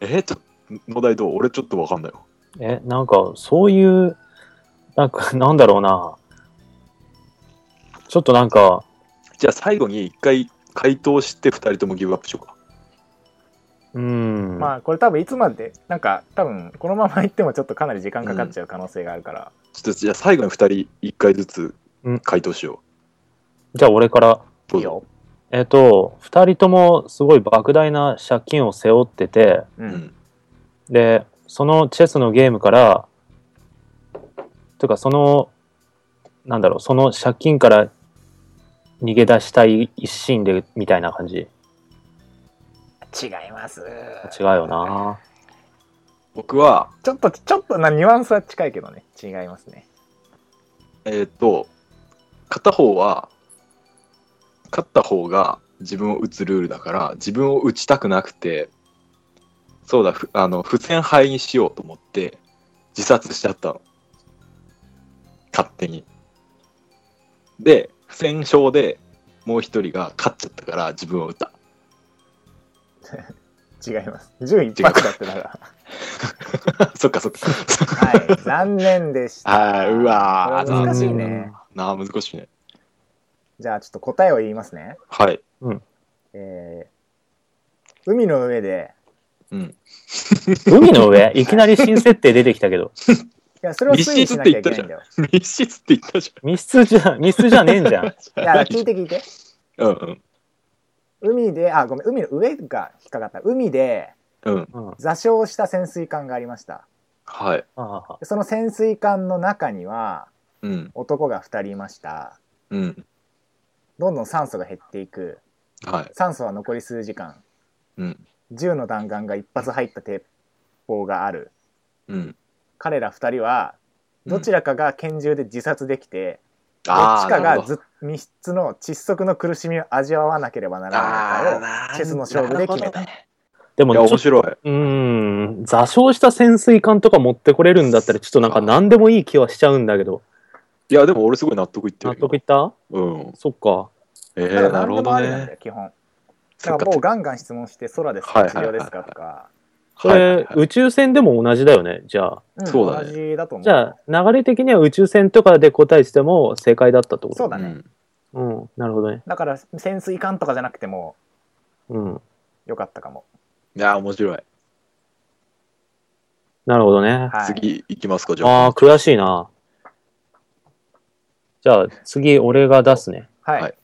Speaker 3: え、ちょっと、野題どう俺ちょっとわかんないよ。
Speaker 2: え、なんか、そういう、なんか、 なんだろうな。ちょっとなんか、
Speaker 3: じゃあ最後に一回回答して二人ともギブアップしようか。
Speaker 2: うーん。
Speaker 1: まあこれ多分いつまでなんか多分このままいってもちょっとかなり時間かかっちゃう可能性があるから、
Speaker 3: ちょっとじゃあ最後に二人一回ずつ
Speaker 2: うん
Speaker 3: 回答しよ
Speaker 2: じゃあ、俺から。
Speaker 3: う。
Speaker 1: い
Speaker 3: ど
Speaker 1: うい
Speaker 3: ぞ。
Speaker 1: よ、
Speaker 2: えっ、と、二人ともすごい莫大な借金を背負ってて、
Speaker 1: う
Speaker 3: うんん。
Speaker 2: で、そのチェスのゲームから、というか、その、なんだろう、その借金から逃げ出したい一心で、みたいな感じ。違
Speaker 1: 違います
Speaker 2: うよ な。
Speaker 3: 僕は、
Speaker 1: ちょっとちょっとなニュアンスは近いけどね違いますね
Speaker 3: えっ、と、片方は、勝った方が自分を打つルールだから、自分を打ちたくなくて、そうだ、ふあの、不戦敗にしようと思って、自殺しちゃったの。勝手に。で、不戦勝でもう一人が勝っちゃったから自分を打った。
Speaker 1: 違います順位一発だってだから
Speaker 3: そっかそっか。
Speaker 1: はい、残念でした。
Speaker 3: あーうわー
Speaker 1: これ難しいね。
Speaker 3: なあ、難しいね。
Speaker 1: じゃあちょっと答えを言いますね。
Speaker 3: はい。
Speaker 1: えー、海の上で、
Speaker 3: うん。
Speaker 2: 海の上いきなり新設定出てきたけど。
Speaker 1: いや、それを推理しなきゃいけないんだよ。
Speaker 3: 密室って言ったじ
Speaker 2: 密室じゃ、密室じゃねえんじゃん。
Speaker 1: い
Speaker 3: ゃん。
Speaker 1: や、聞いて聞いて。
Speaker 3: うんうん。
Speaker 1: 海で、あ、ごめん、海の上が引っかかった。海で
Speaker 3: うん。
Speaker 2: うん。あ
Speaker 1: 座礁した潜水艦がありました。
Speaker 3: はい。
Speaker 2: あ
Speaker 1: その潜水艦の中には
Speaker 3: うん。
Speaker 1: 男が2人いました。
Speaker 3: うん。
Speaker 1: どんどん酸素が減っていく。
Speaker 3: はい。
Speaker 1: 酸素は残り数時間。
Speaker 3: うん。
Speaker 1: 銃の弾丸が一発入った鉄砲がある。
Speaker 3: うん。
Speaker 1: 彼ら2人は、どちらかが拳銃で自殺できて、ど
Speaker 3: あ
Speaker 1: っ
Speaker 3: ー
Speaker 1: ちか
Speaker 3: なる
Speaker 1: が
Speaker 3: ほど
Speaker 1: ず密室の窒息の苦しみを味わわなければならない
Speaker 3: あーなるほどね
Speaker 1: チェスの勝負で決めた
Speaker 3: い
Speaker 2: でも、
Speaker 3: や、
Speaker 2: ちょ
Speaker 3: 面
Speaker 2: っと
Speaker 3: 白い。
Speaker 2: うーん、座礁した潜水艦とか持ってこれるんだったら、ちょっとなんか何でもいい気はしちゃうんだけど。
Speaker 3: いや、でも俺すごい納得いって
Speaker 2: 納
Speaker 3: るよ。
Speaker 2: 得いった
Speaker 3: うん。
Speaker 2: そっか。
Speaker 3: え
Speaker 1: かを。だ
Speaker 3: ー、
Speaker 1: か
Speaker 3: な
Speaker 1: ら何
Speaker 3: る
Speaker 1: で
Speaker 3: ほ
Speaker 1: も
Speaker 3: ど
Speaker 1: ありなんだ
Speaker 3: ね
Speaker 1: よ。基本。
Speaker 3: そ
Speaker 1: だ
Speaker 3: っ
Speaker 1: から
Speaker 3: か
Speaker 1: もうガンガン質問して空です
Speaker 3: は
Speaker 1: か
Speaker 3: いはい
Speaker 1: 治
Speaker 3: はい
Speaker 1: 療ですかとか、
Speaker 2: それ、
Speaker 3: はいはいはい
Speaker 2: 宇宙船でも同じだよね、じゃあ。
Speaker 1: うん
Speaker 3: そうだね
Speaker 1: 同じだと思う。
Speaker 2: じゃあ、流れ的には宇宙船とかで答えしても正解だったってこと
Speaker 1: そうだね
Speaker 3: ん
Speaker 2: うん、なるほどね。
Speaker 1: だから潜水艦とかじゃなくても
Speaker 2: うん。
Speaker 1: よかったかも。
Speaker 3: いや、面白い。
Speaker 2: なるほどね。
Speaker 1: はい、
Speaker 3: 次行きますか、じゃ
Speaker 2: あ
Speaker 3: あ。
Speaker 2: あ、悔しいな。じゃあ、次、俺が出すね。
Speaker 1: はい
Speaker 3: はい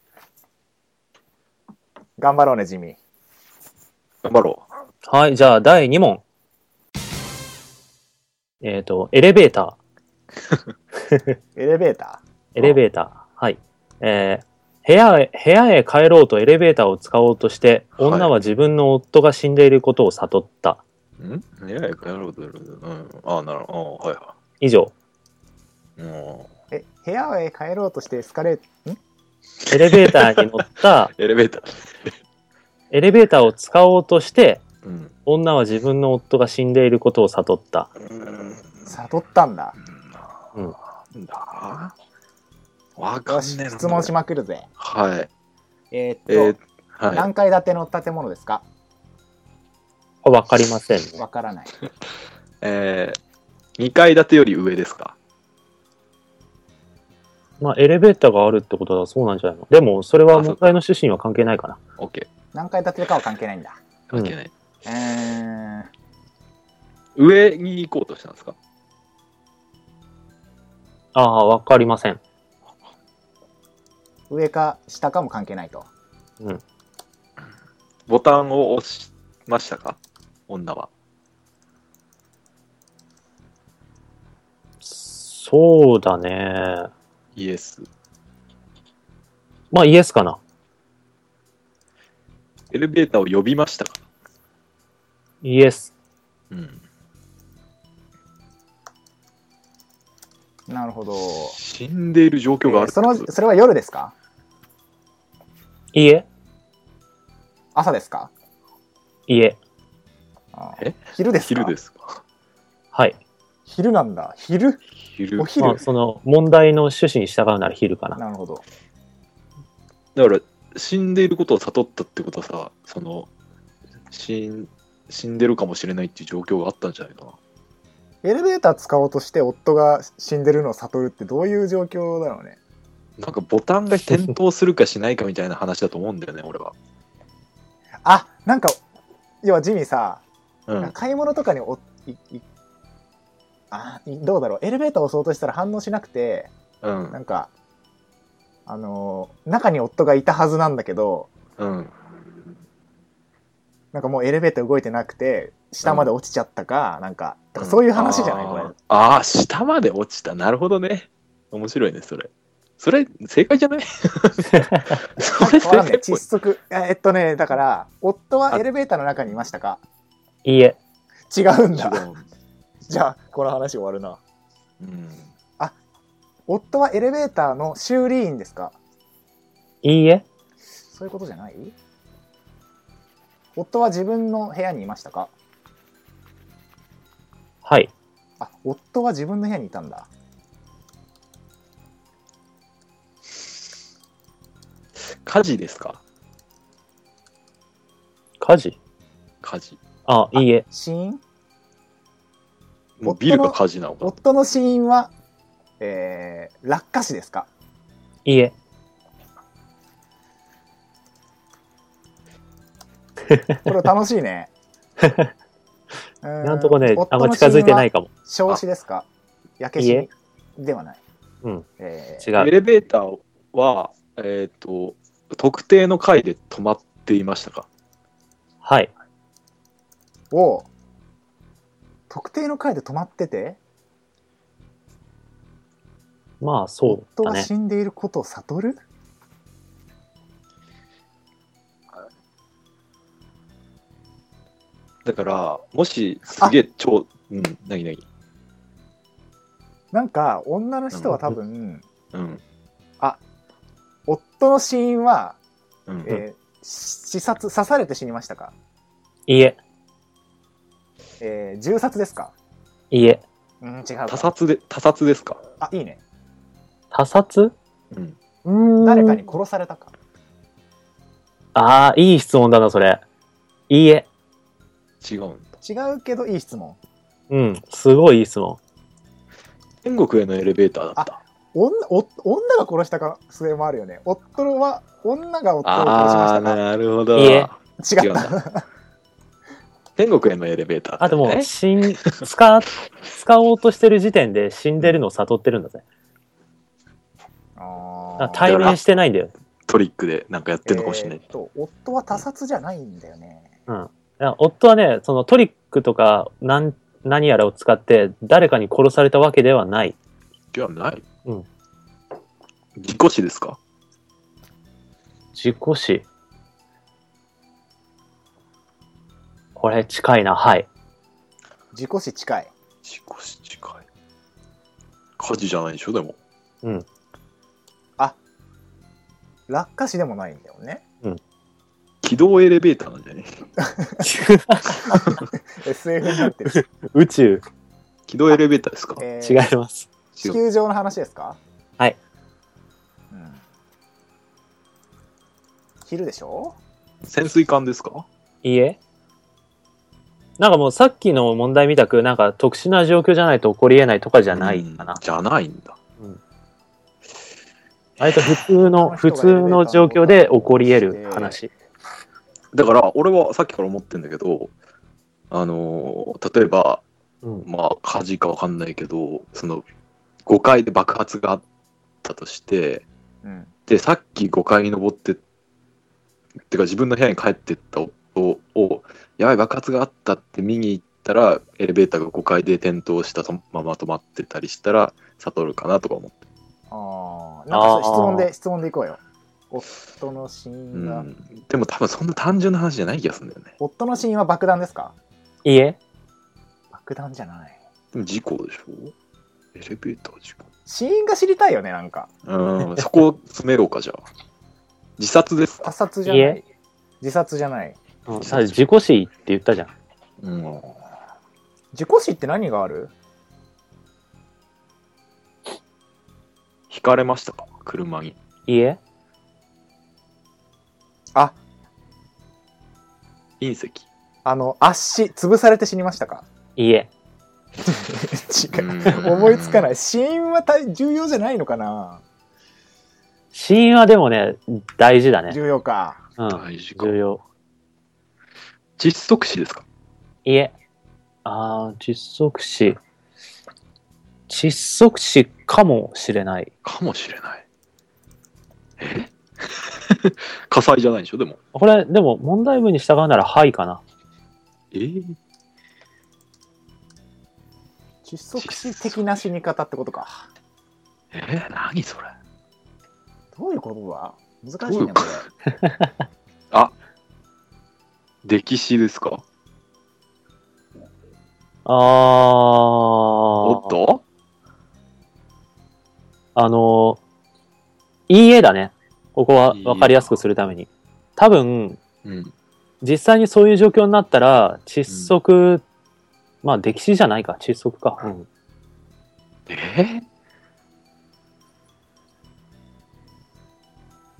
Speaker 1: 頑張ろうね、ジミー。
Speaker 3: 頑張ろ
Speaker 2: はい、じゃあ、第2問。えっ、と、エレベーター。
Speaker 1: エレベータ
Speaker 2: エレベーター。はい。えー部屋へ、部屋へ帰ろうとエレベーターを使おうとして、
Speaker 3: はい
Speaker 2: 女は自分の夫が死んでいることを悟った。
Speaker 3: う。んいや、やることやること。うん。ああ、なるほど。あ
Speaker 2: 以上。
Speaker 3: ーはいはい。うん
Speaker 1: ー。え、部屋へ帰ろうとしてエスカレート、ん
Speaker 2: エレベーターに乗 った、
Speaker 3: エレベーター。
Speaker 2: エレベーターを使おうとして、
Speaker 3: うん。
Speaker 2: 女は自分の夫が死んでいることを悟った。
Speaker 1: 悟ったんだ。
Speaker 2: うん
Speaker 3: なんだわか
Speaker 1: よ
Speaker 3: ん
Speaker 1: し
Speaker 3: ねえな。
Speaker 1: 質問しまくるぜ。
Speaker 3: はい。
Speaker 1: えーっと、
Speaker 3: えー、は
Speaker 1: 何階建ての建物ですか
Speaker 2: あわかりませんね。
Speaker 1: わからない。
Speaker 3: い。えー、2階建てより上ですか
Speaker 2: まあ、エレベーターがあるってことはそうなんじゃないのでも、それは問題の趣旨には関係ないかな。
Speaker 3: ?OK。
Speaker 1: 何階建てかは関係ないんだ。
Speaker 3: 関係ない。
Speaker 1: うーん
Speaker 3: 上に行こうとしたんですか
Speaker 2: ああ、わかりません。
Speaker 1: 上か下かも関係ないと。
Speaker 3: ボタンを押しましたか女は。
Speaker 2: そうだね。
Speaker 3: イエス。
Speaker 2: まあ、イエスかな。
Speaker 3: エレベーターを呼びましたか
Speaker 2: イエス。
Speaker 3: うん。
Speaker 1: なるほど。
Speaker 3: 死んでいる状況があ
Speaker 1: えー
Speaker 3: る。
Speaker 1: そのそれは夜ですか
Speaker 2: いいえ、
Speaker 1: 朝ですか
Speaker 2: いいえ、
Speaker 1: あー
Speaker 3: え
Speaker 1: 昼ですか
Speaker 3: 昼ですか。
Speaker 2: はい。
Speaker 1: 昼なんだ。昼
Speaker 3: 昼
Speaker 1: お。昼
Speaker 2: まあ、その問題の趣旨に従うなら昼かな。
Speaker 1: なるほど。
Speaker 3: だから、死んでいることを悟ったってことはさ、その、死ん死んでるかもしれないっていう状況があったんじゃないかな。
Speaker 1: エレベーター使おうとして夫が死んでるのを悟るってどういう状況だろうね。
Speaker 3: なんかボタンが点灯するかしないかみたいな話だと思うんだよね、俺は。
Speaker 1: あなんか要はジミーさ、
Speaker 3: うん。
Speaker 1: 買い物とかにおいいあいどうだろうエレベーター押そうとしたら反応しなくて
Speaker 3: うん
Speaker 1: な。んかあのー中に夫がいたはずなんだけど
Speaker 3: うん。
Speaker 1: なんかもうエレベーター動いてなくて下まで落ちちゃったか、なんかだからそういう話じゃない、
Speaker 3: あー
Speaker 1: これ
Speaker 3: あー、下まで落ちた。なるほどね。面白いね、それ。それ、正解 じゃないそれ
Speaker 1: あ
Speaker 3: 正
Speaker 1: わかん
Speaker 3: 解
Speaker 1: な
Speaker 3: っ
Speaker 1: い
Speaker 3: ぽ
Speaker 1: 窒
Speaker 3: い。
Speaker 1: 息あえっとねだから夫はエレベーターの中にいましたか
Speaker 2: いいえ、
Speaker 1: 違うん
Speaker 3: 違
Speaker 1: だ
Speaker 3: う
Speaker 1: じゃあこの話終わるな
Speaker 3: うん。
Speaker 1: 夫はエレベーターの修理員ですか
Speaker 2: いいえ、
Speaker 1: そういうことじゃない夫は自分の部屋にいましたか
Speaker 2: はい。
Speaker 1: あ、夫は自分の部屋にいたんだ。
Speaker 3: 火事ですか
Speaker 2: 火事
Speaker 3: 火事。
Speaker 2: あ、いいえ、
Speaker 1: 死因
Speaker 3: もうビルが火事なのかな。
Speaker 1: 夫の死因は、えー、落下死ですか
Speaker 2: いいえ、
Speaker 1: これ楽しい ね。
Speaker 2: な
Speaker 1: なん
Speaker 2: とこね、あんま近づいてない。かも。
Speaker 1: 焼死ですか焼け
Speaker 2: いい
Speaker 1: 死
Speaker 2: え
Speaker 1: ではない。
Speaker 2: うん
Speaker 1: えー
Speaker 2: 違
Speaker 3: エ
Speaker 2: う。
Speaker 3: レベーターは、えっ、と、特定の階で止まっていましたか
Speaker 2: はい。
Speaker 1: を、特定の階で止まってて、
Speaker 2: まあ、そう
Speaker 1: 夫
Speaker 2: だ
Speaker 1: は
Speaker 2: ね。
Speaker 1: 死んでいることを悟る
Speaker 3: だから、もし、すげえ超、うん、なになに
Speaker 1: なんか、女の人は多分、
Speaker 3: うん、
Speaker 1: 夫の死因は、
Speaker 3: うん。
Speaker 1: えー、し刺殺、刺されて死にましたか
Speaker 2: いいえ、
Speaker 1: えー、銃殺ですか
Speaker 2: いいえ、
Speaker 1: うん、違うか。
Speaker 3: 他殺で、他殺ですか
Speaker 1: あ、いいね。
Speaker 2: 他殺
Speaker 3: うん。
Speaker 1: 誰かに殺されたか。
Speaker 2: ああ、いい質問だな、それ。いいえ。
Speaker 3: 違うんだ。
Speaker 1: 違うけどいい質問。
Speaker 2: うん、すごいいい質問。
Speaker 3: 天国へのエレベーターだった。
Speaker 1: 女お女が殺したか末もあるよね。夫は、女が夫を殺しまし
Speaker 3: あ
Speaker 1: た
Speaker 3: あー、
Speaker 1: か。
Speaker 3: なるほど。
Speaker 2: いいえ
Speaker 1: 違
Speaker 3: 違
Speaker 1: っ
Speaker 3: うん
Speaker 1: た。
Speaker 3: だ。天国へのエレベーターだ
Speaker 2: あ、
Speaker 3: った
Speaker 2: で
Speaker 3: ね、
Speaker 2: も、死ん、使、使おうとしてる時点で死んでるのを悟ってるんだぜ。あ
Speaker 1: あ
Speaker 2: 対面してないんだよ。
Speaker 3: トリックでなんかやってるのかもしれない
Speaker 1: えー。っと、夫は他殺じゃないんだよね。
Speaker 2: いや夫はね、そのトリックとか、なん、何やらを使って、誰かに殺されたわけではない。
Speaker 3: ではない。
Speaker 2: うん。
Speaker 3: 事故死ですか
Speaker 2: 自己死。これ近いな、はい。
Speaker 1: 自己死近い。
Speaker 3: 事故死近い。火事じゃないでしょ、でも。
Speaker 1: 落下死でもないんだよね。
Speaker 3: 軌道エレベーターなんじゃない
Speaker 1: SF にな ってる。
Speaker 2: 宇宙、
Speaker 3: 軌道エレベーターですか
Speaker 1: えー
Speaker 2: 違います。
Speaker 1: 地
Speaker 3: 違う。
Speaker 1: 球上の話ですか
Speaker 2: はい。
Speaker 1: うん。昼でしょ
Speaker 3: 潜水艦ですか
Speaker 2: いいえ。なんかもうさっきの問題みたく、なんか特殊な状況じゃないと起こり得ないとかじゃないかな
Speaker 3: うん。じゃないんだ。
Speaker 2: 割と普通の、普通の状況で起こり得る話。
Speaker 3: だから、俺はさっきから思ってんだけど、あのー例えば、
Speaker 2: うん。
Speaker 3: まあ火事かわかんないけどその5階で爆発があったとして
Speaker 1: うん。
Speaker 3: でさっき5階に登ってってか自分の部屋に帰ってった夫をやばい爆発があったって見に行ったらエレベーターが5階で転倒したまま止まってたりしたら悟るかなとか思って、
Speaker 1: ああ、なんかそれ質問
Speaker 2: あ
Speaker 1: で、質問でいこうよ。夫の死
Speaker 3: う
Speaker 1: 因が、
Speaker 3: ん、でも多分そんな単純な話じゃない気がするんだよね
Speaker 1: 夫の死因は爆弾ですか
Speaker 2: いいえ。
Speaker 1: 爆弾じゃない
Speaker 3: でも事故でしょエレベーター事故。
Speaker 1: 死因が知りたいよねなんか
Speaker 3: うん、そこを詰めようか、じゃあ。自殺ですか
Speaker 1: 他殺じゃないい
Speaker 2: え
Speaker 1: 自殺じゃない
Speaker 2: うん、さ自己死って言ったじゃん。
Speaker 3: うん。
Speaker 1: 自己死って何がある
Speaker 3: 引かれましたか車に。
Speaker 2: いいえ
Speaker 1: あ
Speaker 3: 隕石。
Speaker 1: あの圧死潰されて死にましたか
Speaker 2: いいえ。
Speaker 1: 違う 思
Speaker 3: 思。
Speaker 1: いつかないい死因は大重要じゃないのかな
Speaker 2: 死因はでもね、大事だね。
Speaker 1: 重要か
Speaker 2: うん。
Speaker 3: 大事か
Speaker 2: 重要。
Speaker 3: 窒息死ですか
Speaker 2: いいえ。あー、窒息死。窒息死かもしれない。
Speaker 3: かもしれない。え 火災じゃないでしょでも。
Speaker 2: これ、でも問題文に従うならはいかな。
Speaker 3: えー
Speaker 1: 窒息死的な死に方ってことか
Speaker 3: えー何それ
Speaker 1: どういうことだ難しいう
Speaker 3: どい
Speaker 1: ね
Speaker 3: う
Speaker 1: こ
Speaker 3: こ
Speaker 1: れ
Speaker 3: 歴史ですか
Speaker 2: あー。
Speaker 3: おっと
Speaker 2: あの、いいえだね。ここは分かりやすくするために。多分、
Speaker 3: うん。
Speaker 2: 実際にそういう状況になったら、窒息、まあ、歴史じゃないか、窒息か。うん
Speaker 3: えー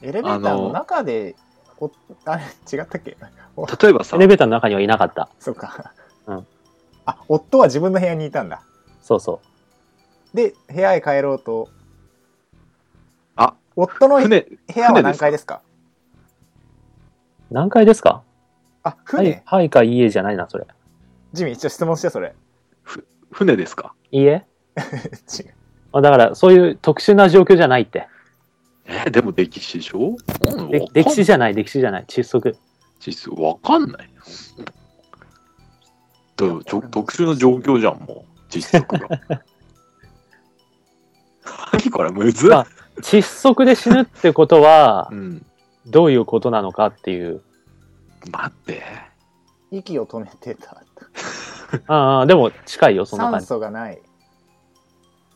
Speaker 1: エレベーターの中でおあれ違ったっけ
Speaker 3: 例えばさ
Speaker 2: エレ、ベーターの中にはいなかった。
Speaker 1: そうか、
Speaker 2: うん
Speaker 1: あ夫は自分の部屋にいたんだ
Speaker 2: そうそ
Speaker 1: で部屋へ帰ろうと
Speaker 3: あ
Speaker 1: 夫の部
Speaker 3: 船、
Speaker 1: 屋は何階ですか
Speaker 2: う。何回ですか
Speaker 1: あ
Speaker 2: は
Speaker 1: 船、
Speaker 2: い、はいかいいえじゃないな、それ。
Speaker 1: ジミー一応質問してそれ
Speaker 3: 船ですか
Speaker 2: いいえ
Speaker 1: 違う
Speaker 2: あだから、そういう特殊な状況じゃないって。
Speaker 3: えーでも歴史でしょうん
Speaker 2: で
Speaker 3: わかん
Speaker 2: 歴史じゃない、歴史じゃない、窒息。
Speaker 3: 実わかんない。だからちょ特殊な状況じゃん、もう、実測が。 何これ、むずっ
Speaker 2: まあ窒息で死ぬってことは
Speaker 3: う、ん、
Speaker 2: どういうことなのかっていう。
Speaker 3: 待って。
Speaker 1: 息を止めてた
Speaker 2: ああ、でも近いよ、そんな感
Speaker 1: 酸
Speaker 2: じ。
Speaker 1: 素がない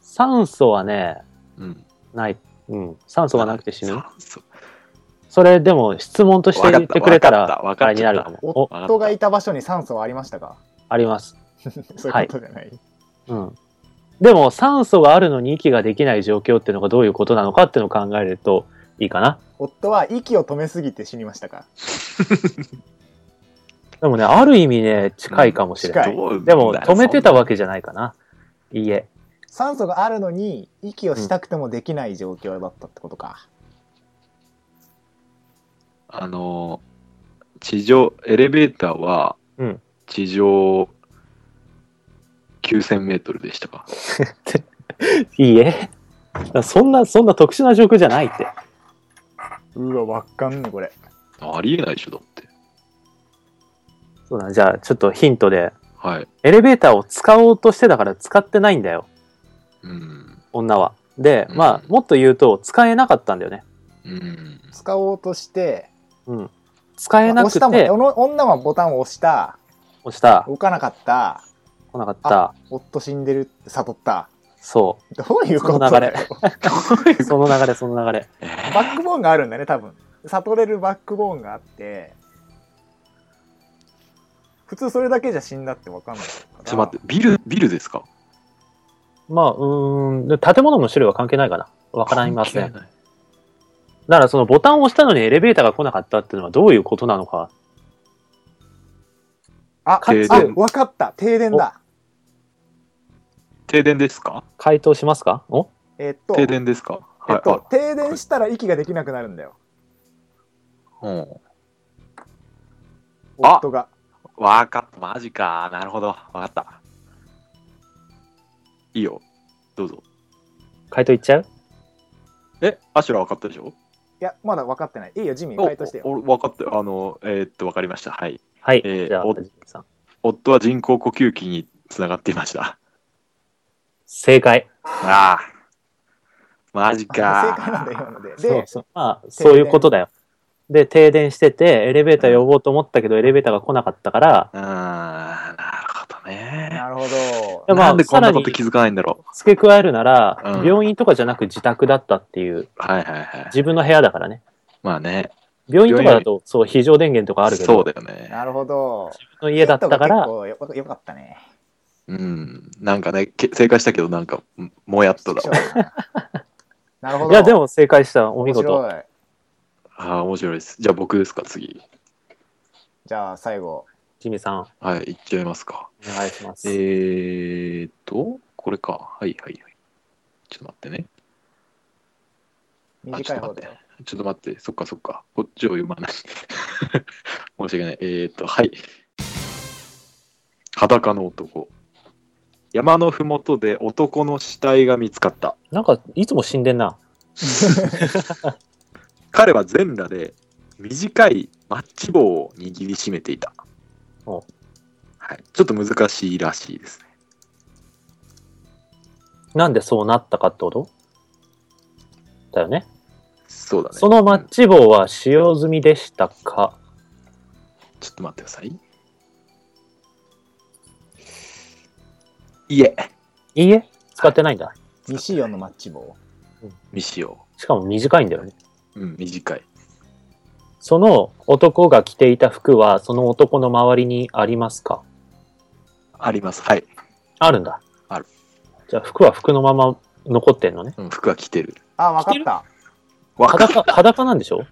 Speaker 2: 酸素はね、
Speaker 3: うん、
Speaker 2: ない。うん。酸素がなくて死ぬ。
Speaker 3: 酸素
Speaker 2: それでも質問として言ってくれた
Speaker 3: わかったわ
Speaker 2: ら、
Speaker 3: か
Speaker 2: あ
Speaker 3: っ
Speaker 2: れ
Speaker 3: ち
Speaker 2: に
Speaker 3: ゃった
Speaker 2: なるかも。お、
Speaker 3: かった
Speaker 1: 夫がいた場所に酸素はありましたか
Speaker 2: あります。
Speaker 1: そういうことじゃない、
Speaker 2: うん。でも酸素があるのに息ができない状況っていうのがどういうことなのかっていうのを考えるといいかな。
Speaker 1: 夫は息を止めすぎて死にましたか
Speaker 2: でもね、ある意味ね、近いかもしれない。
Speaker 1: 近い
Speaker 3: どう
Speaker 2: でも、
Speaker 3: だよ
Speaker 2: 止めてたわけじゃないかな。いいえ。
Speaker 1: 酸素があるのに息をしたくてもできない状況だったってことか、
Speaker 3: そんなあの、地上、エレベーターは
Speaker 2: うん、
Speaker 3: 地上9000メートルでしたか。
Speaker 2: いいえ。だからそんな、そんな特殊な状況じゃないって。
Speaker 1: うわわっかんねこれ
Speaker 3: ありえないでしょ、だって。
Speaker 2: そうだね。じゃあ、ちょっとヒントで。
Speaker 3: はい。
Speaker 2: エレベーターを使おうとしてたから使ってないんだよ、
Speaker 3: うん。
Speaker 2: 女は。で、
Speaker 3: うん
Speaker 2: まあ、もっと言うと、使えなかったんだよね。
Speaker 3: うん。
Speaker 1: 使おうとして
Speaker 2: うん。使えな
Speaker 1: 押
Speaker 2: く、
Speaker 1: してたもんね
Speaker 2: 押
Speaker 1: おの女はボタンを押した
Speaker 2: した、
Speaker 1: 動かなかった
Speaker 2: 来なかった。
Speaker 1: 夫死んでるって悟った
Speaker 2: そ
Speaker 1: どういうこと
Speaker 2: その流れ
Speaker 1: だよ
Speaker 2: う。その流れ、その流れ。
Speaker 1: バックボーンがあるんだね多分悟れるバックボーンがあって普通それだけじゃ死んだってわかんないから
Speaker 3: ちょっと待って、ビル、ビルですか
Speaker 2: まあ、うーん、で建物の種類は関係ないかな。わからんません。
Speaker 3: 関係ない
Speaker 2: だから、そのボタンを押したのにエレベーターが来なかったっていうのはどういうことなのか。
Speaker 1: あ
Speaker 2: か
Speaker 3: 停
Speaker 2: つ
Speaker 1: あ
Speaker 3: 電
Speaker 1: わかった停電だ
Speaker 3: 停電ですか
Speaker 2: 回答しますかお
Speaker 1: えっと
Speaker 3: 停電ですか
Speaker 1: え
Speaker 3: はい
Speaker 1: っと、停電したら息ができなくなるんだよ
Speaker 3: あうんあ
Speaker 1: 夫が
Speaker 3: わかった、マジか。なるほど、わかった。いいよ、どうぞ。
Speaker 2: 回答いっちゃう
Speaker 3: え、アシュラ分かったでしょ
Speaker 1: いやまだ分かってないいいよジミー回答してよ
Speaker 3: おお分かったよ。あの、えーっと、分かりました。はい。
Speaker 2: はい。
Speaker 3: えー
Speaker 2: じゃあ、
Speaker 3: お
Speaker 2: 藤井さん
Speaker 3: 夫は人工呼吸器につながっていました。
Speaker 2: 正解。
Speaker 3: ああ。マ ジ
Speaker 1: 正解なん
Speaker 3: か
Speaker 1: だ。今のでで
Speaker 2: そうそう。まあ、そういうことだよ。で、停電してて、エレベーター呼ぼうと思ったけど、エレベーターが来なかったから、
Speaker 3: うーん、なるほどね。
Speaker 1: なるほほど。
Speaker 2: やまあ
Speaker 3: なんでこんな
Speaker 2: さら
Speaker 3: こと
Speaker 2: に
Speaker 3: 気づかないんだろ
Speaker 2: 付け加えるなら、
Speaker 3: うん
Speaker 2: 病院とかじゃなく自宅だったっていう、
Speaker 3: う。はいはいはい。
Speaker 2: 自分の部屋だからね。
Speaker 3: まあね。
Speaker 2: 病院とかだと、そう、非常電源とかあるけど、
Speaker 3: そう
Speaker 2: 自
Speaker 3: だよね。
Speaker 1: なるほど。
Speaker 2: 分の家だったから、
Speaker 1: 結構よよかったね。
Speaker 3: うん。なんかね、け正解したけど、なんか、ももやっとだわ。
Speaker 1: なるほど。
Speaker 2: いや、でも正解した、お見
Speaker 1: 面
Speaker 2: 事。
Speaker 1: 白い。
Speaker 3: ああ、面白いです。じゃあ僕ですか、次。
Speaker 1: じゃあ最後。
Speaker 2: ジミさん、お
Speaker 3: はい、いっちゃいますか。
Speaker 2: 願いします。
Speaker 3: えーっと、これか。はいはいはい。ちょっと待ってね。あ
Speaker 1: 短い方だよ。
Speaker 3: ちょっと待って、そっかそっか。こっちを読まない。 申し訳ない。えーっと、はい。裸の男。山のふもとで男の死体が見つかった。
Speaker 2: なんか、いつも死んでんな。
Speaker 3: 彼は全裸で短いマッチ棒を握りしめていた。
Speaker 2: お
Speaker 3: はい、ちょっと難しいらしいですね。
Speaker 2: なんでそうなったかってことだよね。
Speaker 3: そうだね。
Speaker 2: そのマッチ棒は使用済みでしたか
Speaker 3: ちょっと待ってください。いえ、
Speaker 2: いいえ、使ってないんだ。
Speaker 1: 西四のマッチ棒。
Speaker 3: 未使用。
Speaker 2: しかも短いんだよね。
Speaker 3: うん、短い。
Speaker 2: その男が着ていた服は、その男の周りにありますか
Speaker 3: あります。はい。
Speaker 2: あるんだ。
Speaker 3: ある。
Speaker 2: じゃあ、服は服のまま残ってんのね。
Speaker 3: うん、服は着てる。
Speaker 1: あ、わかった。
Speaker 3: わ か
Speaker 2: 裸、裸なんでしょ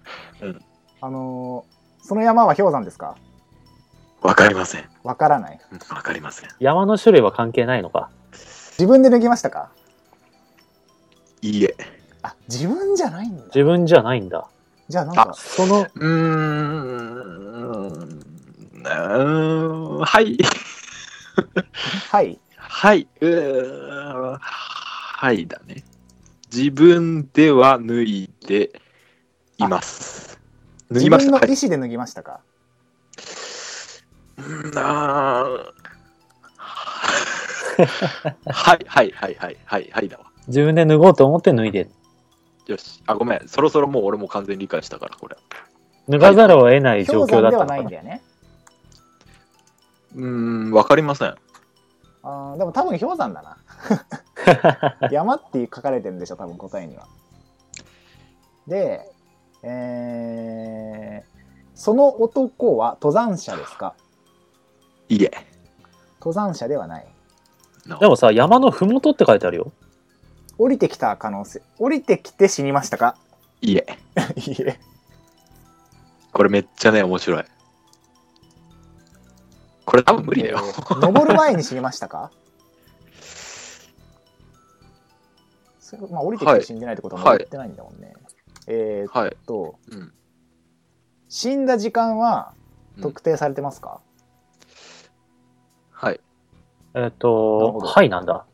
Speaker 1: あのーその山は氷山ですか
Speaker 3: わかりません。
Speaker 1: わからない。
Speaker 3: うんわかりません。
Speaker 2: 山の種類は関係ないのか。
Speaker 1: 自分で脱ぎましたか
Speaker 3: いいえ。
Speaker 1: あ、自分じゃないんだ。
Speaker 2: 自分じゃないんだ。
Speaker 1: じゃあなんか、
Speaker 2: その、
Speaker 3: うーん。うーんはい。
Speaker 1: はい。
Speaker 3: はい。うーんはいだね。自分では脱いでいます。脱
Speaker 1: 自
Speaker 3: ぎまし
Speaker 1: 分の
Speaker 3: た。はい
Speaker 1: 意思で脱ぎましたか、
Speaker 3: なーはいはいはいはいはいはいだわ
Speaker 2: 自分で脱ごうと思って脱いで。
Speaker 3: よしあごめんそろそろもう俺も完全に理解したからこれ
Speaker 2: 脱がざるを得ない状
Speaker 1: 氷
Speaker 2: 況
Speaker 1: 山
Speaker 2: だ
Speaker 1: で
Speaker 2: った
Speaker 1: は
Speaker 2: の
Speaker 1: な
Speaker 2: か
Speaker 1: いん
Speaker 2: な
Speaker 1: だ。よね。
Speaker 3: うーんわかりません
Speaker 1: あーでも多分氷山だな。山って書かれてるんでしょ、多分答えには。で、えー、その男は登山者ですか
Speaker 3: いいえ
Speaker 1: 登山者ではない。
Speaker 2: でもさ、山のふもとって書いてあるよ。
Speaker 1: 降りてきた可能性。降りてきて死にましたか
Speaker 3: いいえ
Speaker 1: いいえ。
Speaker 3: これめっちゃね面白いこれ多分無理だよ
Speaker 1: えー登る前に死にました かそれまあ降りてきて死んでないってことは
Speaker 3: はい
Speaker 1: 登ってないんだもんね。えーっ
Speaker 3: はい、
Speaker 1: と、
Speaker 3: うん、
Speaker 1: 死んだ時間は
Speaker 3: うん
Speaker 1: 特定されてますか、
Speaker 3: はい
Speaker 2: えっ、
Speaker 1: なる
Speaker 2: と、
Speaker 1: ほど
Speaker 2: はいなんだ。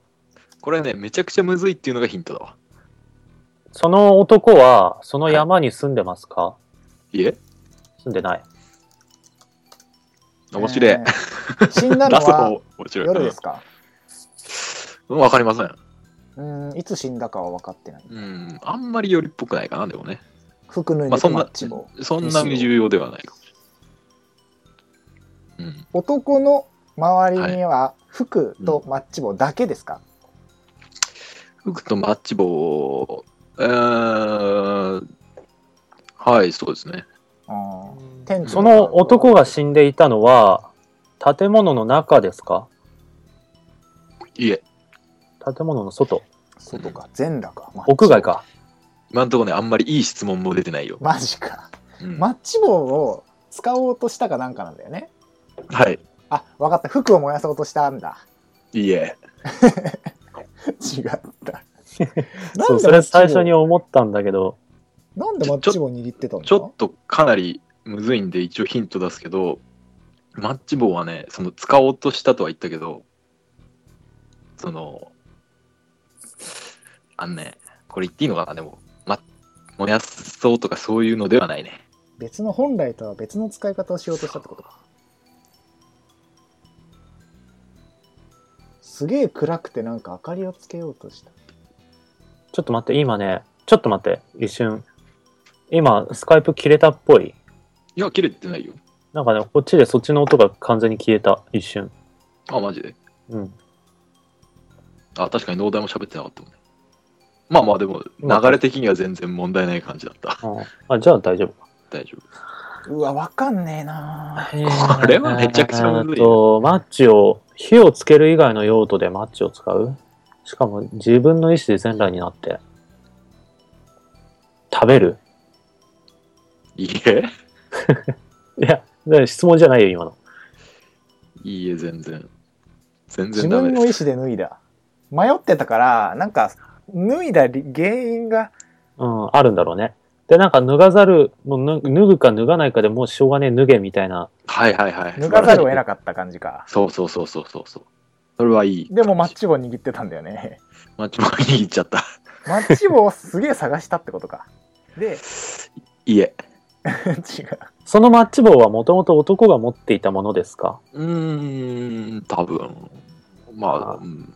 Speaker 3: これねめちゃくちゃむずいっていうのがヒントだわ
Speaker 2: その男は、その山に住んでますか、
Speaker 3: いいえ
Speaker 2: 住んでない。
Speaker 3: 面白い、
Speaker 1: えー死んだの
Speaker 3: ラス
Speaker 1: は
Speaker 3: ト面白い
Speaker 1: 夜ですか
Speaker 3: うんわかりません
Speaker 1: うん、いつ死んだかは分かってない。
Speaker 3: うんあんまり夜っぽくないかなでもね
Speaker 1: 服脱い
Speaker 3: まあ
Speaker 1: で
Speaker 3: そ
Speaker 1: と
Speaker 3: ん
Speaker 1: マ
Speaker 3: な
Speaker 1: ッチ棒。
Speaker 3: そんなに重要ではないかもしれない。うん、
Speaker 1: 男の周りには服とマッチ棒だけですか、
Speaker 3: 服とマッチ棒を、えー、はい、そうですね。
Speaker 1: あーテント
Speaker 2: その男が死んでいたのは、建物の中ですか
Speaker 3: いえ、
Speaker 2: 建物の外
Speaker 1: 外か、全裸か。マッチ棒
Speaker 2: 屋外。か。
Speaker 3: 今のところね、あんまりいい質問も出てないよ。
Speaker 1: マジか。
Speaker 3: うん
Speaker 1: マッチ棒を使おうとしたかなんかなんだよね。
Speaker 3: はい、
Speaker 1: あ、分かった。服を燃やそうとしたんだ。
Speaker 3: いいえ。
Speaker 1: 違 った。な
Speaker 2: そ
Speaker 1: んで
Speaker 2: う、
Speaker 1: マ
Speaker 2: そ
Speaker 1: ッチ
Speaker 2: れ
Speaker 1: 棒
Speaker 2: 最初に思ったんだけど、
Speaker 1: なんでマッチ棒握ってたの
Speaker 3: ちょっとかなりむずいんで、一応ヒント出すけど、マッチ棒はね、その使おうとしたとは言ったけど、その、あのね、これ言っていいのかな、でも、ま、燃やそうとかそういうのではないね。
Speaker 1: 別の本来とは別の使い方をしようとしたってことかすげえ暗くてなんか明かりをつけようとした
Speaker 2: ちょっと待って、今ね、ちょっと待って、一瞬。今、スカイプ切れたっぽい。
Speaker 3: いや、切れてないよ。
Speaker 2: なんかね、こっちでそっちの音が完全に消えた、一瞬。
Speaker 3: あ、マジで。
Speaker 2: うん。
Speaker 3: あ、確かに農大も喋ってなかったもんね。まあまあ、でも、流れ的には全然問題ない感じだった。
Speaker 2: うんあじゃあ大丈夫か。
Speaker 3: 大丈夫。
Speaker 1: うわ、わかんねえな
Speaker 3: これはめちゃくちゃむずい
Speaker 2: えー
Speaker 3: ね
Speaker 2: っと、マッチを、火をつける以外の用途でマッチを使うしかも自分の意思で全裸になって。食べる
Speaker 3: いいえ
Speaker 2: いや、で質問じゃないよ、今の。
Speaker 3: いいえ、全然。全
Speaker 1: 自
Speaker 3: 然ダメ
Speaker 1: 分の
Speaker 3: で
Speaker 1: 意
Speaker 3: す。
Speaker 1: 思で脱いだ。迷ってたから、なんか、脱いだ理原因が、
Speaker 2: うん、あるんだろうね。で、なんか脱がざる、もう脱脱ぐか脱がないかでもうしょうがねえ、脱げみたいな。
Speaker 3: はいはいはい。
Speaker 1: 脱がざるを得
Speaker 3: い。
Speaker 1: なかった感じか。
Speaker 3: そうそうそうそうそうそう。それはいい。
Speaker 1: でもマッチ棒握ってたんだよね。
Speaker 3: マッチも握っちゃった。
Speaker 1: マッチ棒をすげえ探したってことか。 で、
Speaker 3: いいえ。
Speaker 1: 違う。
Speaker 2: そのマッチ棒はもともと男が持っていたものですか
Speaker 3: うーん、多分。まあ、
Speaker 2: あー
Speaker 3: うん。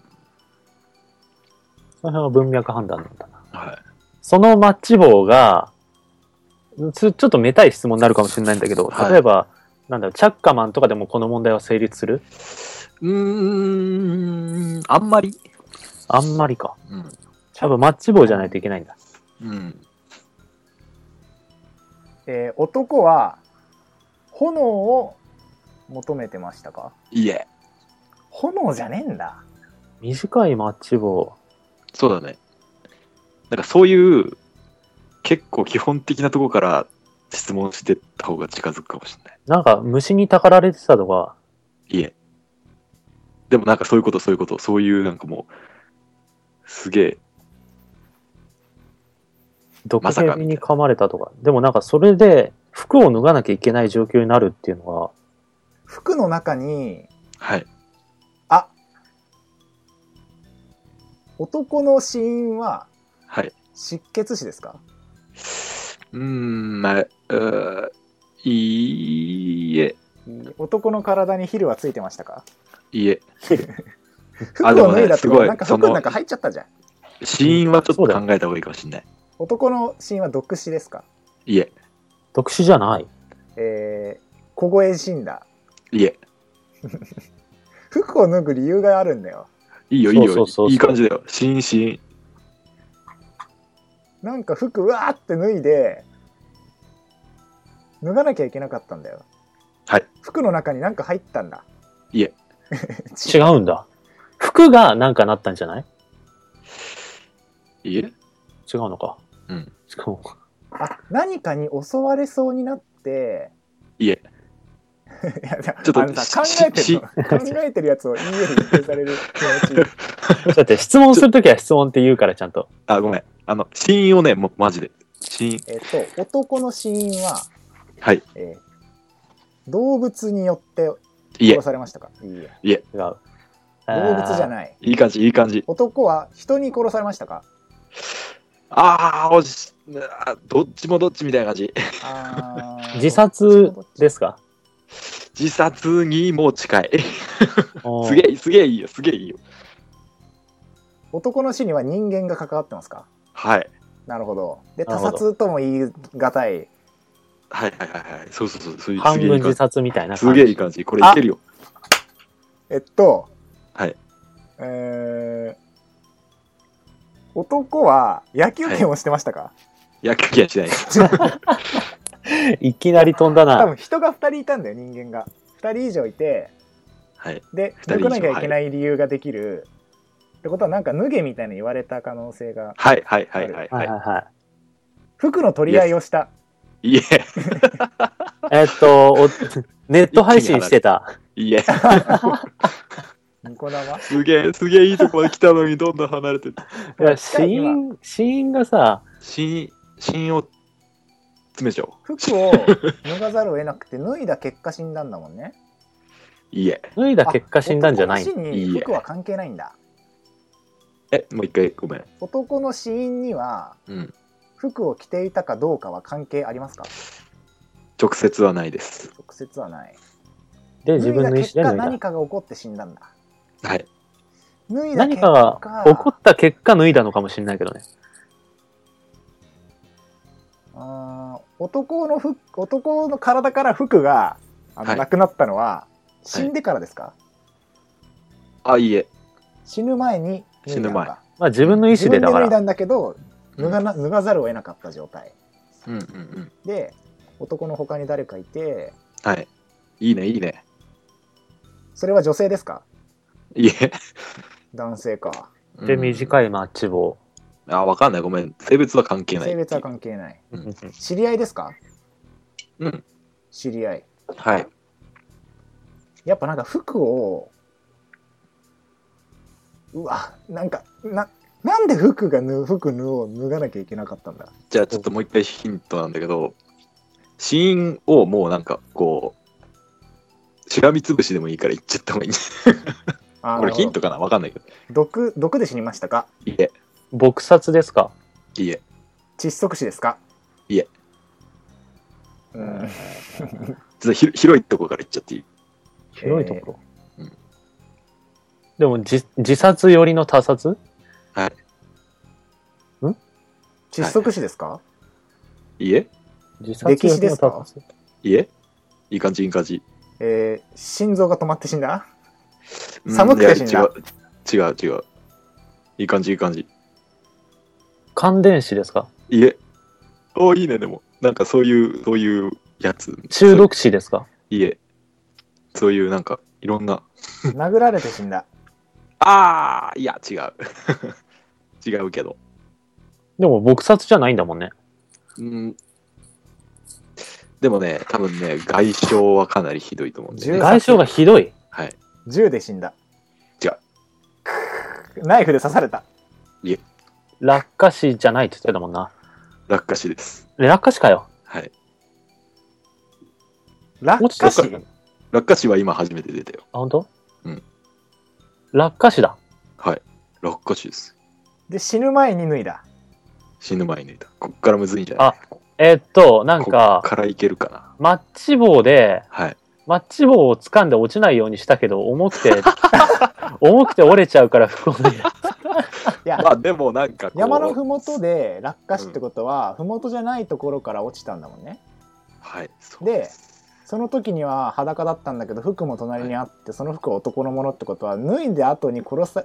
Speaker 2: その辺は文脈判断なんだな。
Speaker 3: はい。
Speaker 2: そのマッチ棒が、ちょちょっとめたい質問になるかもしれないんだけど、
Speaker 3: はい
Speaker 2: 例えば、なんだろう、チャッカマンとかでもこの問題は成立する
Speaker 3: うーん、あんまり。
Speaker 2: あんまりか。
Speaker 3: うん。
Speaker 2: 多分マッチ棒じゃないといけないんだ。
Speaker 3: うん。
Speaker 1: えー男は、炎を求めてましたか
Speaker 3: いいえ。
Speaker 1: 炎じゃねえんだ。
Speaker 2: 短いマッチ棒。
Speaker 3: そうだね。なんかそういう、結構基本的なところから質問してった方が近づくかもしれない。
Speaker 2: なんか虫にたかられてたとか、
Speaker 3: いえ。でもなんかそういうこと、そういうこと、そういうなんかもう、すげえ、
Speaker 2: 毒
Speaker 3: まさかみたい
Speaker 2: 蛇に噛まれたとか。でもなんかそれで服を脱がなきゃいけない状況になるっていうのは、
Speaker 1: 服の中に、
Speaker 3: はい。
Speaker 1: あ男の死因は
Speaker 3: はい。
Speaker 1: 失血死ですか
Speaker 3: うーん、まあ、うーいいえ、
Speaker 1: 男の体にヒルはついてました か
Speaker 3: いいえ。
Speaker 1: 服
Speaker 3: あでも
Speaker 1: を脱
Speaker 3: ね
Speaker 1: いだってこ
Speaker 3: すご
Speaker 1: と
Speaker 3: い
Speaker 1: なんか
Speaker 3: そ
Speaker 1: 服
Speaker 3: の
Speaker 1: の中入っちゃったじゃん。
Speaker 3: 死因はちょっと考えた方がいいかもしれない。
Speaker 1: 男の死因は毒死ですか
Speaker 3: いいえ、
Speaker 2: 毒死じゃない。
Speaker 1: えー、凍え死んだ。
Speaker 3: いいえ。
Speaker 1: 服を脱ぐ理由があるんだよ。
Speaker 3: いいよ、いい
Speaker 2: そ
Speaker 3: よ。
Speaker 2: うそうそうそう
Speaker 3: いい感じだよ。死因、死因。
Speaker 1: なんか服うわーって脱いで脱がなきゃいけなかったんだよ
Speaker 3: はい
Speaker 1: 服の中になんか入ったんだ
Speaker 3: いえ
Speaker 2: 違うんだ。服がなんかなったんじゃない
Speaker 3: いいえ。
Speaker 2: 違うのか。
Speaker 3: うん。
Speaker 2: しかも、
Speaker 1: あ何かに襲われそうになって
Speaker 3: いいえ。
Speaker 1: いやいや
Speaker 3: ちょっと
Speaker 1: あのさ考
Speaker 3: し
Speaker 1: えて
Speaker 3: し
Speaker 1: るの考えてるやつをいいえに否定される気 持ち
Speaker 2: ちょっと待って、質問するときは質問って言うから、ちゃんと。
Speaker 3: あ、ごめん。あの、死因をね、もうマジで。死因。
Speaker 1: えっと男の死因は、
Speaker 3: はい。
Speaker 1: えー動物によって
Speaker 3: いいえ
Speaker 1: 殺。されましたかいいえ
Speaker 2: 違う。動
Speaker 1: 動物じゃ
Speaker 2: い。
Speaker 1: ない
Speaker 3: いい感じ、いい感じ。
Speaker 1: 男は人に殺されましたか
Speaker 3: あー、おし、あーどっちもどっちみたいな感じ。
Speaker 1: あー
Speaker 2: 自殺ですか
Speaker 3: 自殺にも近い。す
Speaker 2: す
Speaker 3: げえ、すげえいいよ、すげえいいよ。
Speaker 1: 男の死には人間が関わってますか
Speaker 3: はい。
Speaker 1: なるほど。で、
Speaker 2: なる
Speaker 1: 他
Speaker 2: ほど
Speaker 1: 殺とも言い難い。
Speaker 3: はいはいはいはい。そうそうそう。そういうす
Speaker 2: 半
Speaker 3: げえい
Speaker 2: 分
Speaker 3: い感
Speaker 2: 自
Speaker 3: じ。
Speaker 2: 殺みたいな
Speaker 3: す
Speaker 2: 感
Speaker 3: げ
Speaker 2: じ。
Speaker 3: えいい感じ。これいけるよ。
Speaker 1: えっと、
Speaker 3: はい。
Speaker 1: えー、男は野球拳をしてましたか、
Speaker 3: 野球気はしないです。
Speaker 2: いきなり飛ん
Speaker 1: 多
Speaker 2: だな。
Speaker 1: 分人が2人いたんだよ、人間が。2人以上いて、
Speaker 3: はい。
Speaker 1: で、
Speaker 3: 二人以
Speaker 1: 脱
Speaker 3: 上
Speaker 1: がなきゃいけない理由ができる。ってことは、なんか脱げみたいに言われた可能性が。
Speaker 3: はいはいはいはい
Speaker 2: はい
Speaker 3: は
Speaker 2: はいは
Speaker 1: 服の取り合いを した。
Speaker 3: い。いいえ、
Speaker 2: い。えーっと、おネット配信してた。
Speaker 3: いいえ。
Speaker 1: ニコ生
Speaker 3: すげえ、すげえいいとこまで来たのにどんどん離れてる。
Speaker 2: いや死因、死因がさ、
Speaker 3: 死因、死因を詰めちゃおう。
Speaker 1: 服を脱がざるを得なくて、脱いだ結果死んだんだもんね。
Speaker 3: いいえ。
Speaker 2: 脱いだ結果死んだんじゃない
Speaker 1: 男の死に服は関係ないんだ。
Speaker 3: え、もう一回ごめん。
Speaker 1: 男の死因には、
Speaker 3: うん。
Speaker 1: 服を着ていたかどうかは関係ありますか
Speaker 3: 直接はないです。
Speaker 1: 直接はない
Speaker 2: で、自分の意思で
Speaker 1: 脱いだ結
Speaker 2: 脱
Speaker 1: 果
Speaker 2: い
Speaker 1: 何
Speaker 2: だ。
Speaker 1: かが起こって死んだんだ
Speaker 3: はい。
Speaker 1: 脱いだ
Speaker 2: 何
Speaker 1: 結
Speaker 2: か
Speaker 1: 果
Speaker 2: が起こった結果脱いだのかもしれないけどね。
Speaker 1: あー男の服男の体から服があの、
Speaker 3: はい
Speaker 1: なくなったのは死んでからですか、
Speaker 3: あ、いいえ。
Speaker 1: 死ぬ前に
Speaker 3: 死ぬ前
Speaker 1: 脱いだのか
Speaker 2: まあ自分の意思で
Speaker 1: 自分
Speaker 2: だか
Speaker 1: 脱いだ
Speaker 2: ら。
Speaker 1: んだけど脱がな脱がざるを得なかった状態
Speaker 3: うんうんうん。
Speaker 1: で男の他に誰かいて
Speaker 3: はい。いいね、いいね。
Speaker 1: それは女性ですか
Speaker 3: いいえ。
Speaker 1: 男性か
Speaker 2: で、
Speaker 3: い。
Speaker 2: 短いマッチ棒。
Speaker 3: あ、わかんない。ごめん。性別は関係ない。
Speaker 1: 性別は関係ない
Speaker 3: うんうん
Speaker 1: 知り合いですか
Speaker 3: うん
Speaker 1: 知り合い
Speaker 3: はい。
Speaker 1: やっぱなんか服をうわなんかななんで服が脱服脱を脱がなきゃいけなかったんだ
Speaker 3: じゃあちょっともう一回ヒントなんだけど、死因をもうなんかこう、しらみつぶしでもいいから言っちゃった方がいいんじゃ
Speaker 1: あー
Speaker 3: ないこれ
Speaker 1: なる
Speaker 3: ヒ
Speaker 1: ほ
Speaker 3: ン
Speaker 1: ど
Speaker 3: トかなわかんないけど。
Speaker 1: 毒毒で死にましたか
Speaker 3: いいえ、
Speaker 2: 撲殺ですか
Speaker 3: いいえ。
Speaker 1: 窒息死ですか
Speaker 3: いえ
Speaker 1: うん
Speaker 3: ちょっとひ広いとこから言っちゃっていい。
Speaker 2: 広いとこ
Speaker 3: えー
Speaker 2: ろ。でも自、自殺寄りの他殺
Speaker 1: 窒息死ですか、
Speaker 3: いいえ、
Speaker 2: 自殺寄りの他
Speaker 1: 溺
Speaker 2: 殺
Speaker 3: いいえ。いい感じ、いい感じ。
Speaker 1: えー心臓が止まって死ん だ
Speaker 3: うん
Speaker 1: 寒くて
Speaker 3: いや
Speaker 1: 死んだ
Speaker 3: 違う、違う、違う。いい感じ、いい感じ。
Speaker 2: 感電死ですか
Speaker 3: いいえ。おーいいね、でも。なんかそういう、そういうやつ。
Speaker 2: 中毒死ですか
Speaker 3: いいえ。そういうなんか、いろんな。
Speaker 1: 殴られて死んだ
Speaker 3: ああいや、違う。 違うけど。
Speaker 2: でも撲殺じゃないんだもんね。
Speaker 3: うんでもね、多分ね、外傷はかなりひどいと思うんで、
Speaker 1: 銃
Speaker 3: ね。
Speaker 2: 外傷がひどい。
Speaker 3: はい。
Speaker 1: 銃で死んだ
Speaker 3: 違う
Speaker 1: くーナイフで刺された
Speaker 2: 落下死じゃないって言ってたもんな。
Speaker 3: 落下死です。
Speaker 2: 落下死かよ。
Speaker 3: はい。
Speaker 1: 落
Speaker 2: 落ち
Speaker 1: 下
Speaker 2: た
Speaker 1: 死
Speaker 2: から
Speaker 3: 落下死は今初めて出たよ。
Speaker 2: あ、本当？
Speaker 3: うん。
Speaker 2: 落下死だ。
Speaker 3: はい。落下死です。
Speaker 1: で死ぬ前に脱いだ
Speaker 3: 死ぬ前に出た。こっからむずいんじゃない
Speaker 2: あえーっと、なん
Speaker 3: こっ
Speaker 2: か、
Speaker 3: からいけるかな。
Speaker 2: マッチ棒で、
Speaker 3: はい。
Speaker 2: マッチ棒を掴んで落ちないようにしたけど、重 くて、重くて折れちゃうから不幸で。
Speaker 1: いや、
Speaker 3: まあでもなんかこう
Speaker 1: 山のふもとで落下死ってことは、ふもとじゃないところから落ちたんだもんね
Speaker 3: はい。そう
Speaker 1: で
Speaker 3: です
Speaker 1: その時には裸だったんだけど服も隣にあってその服は男のものってことは脱いで後に殺さ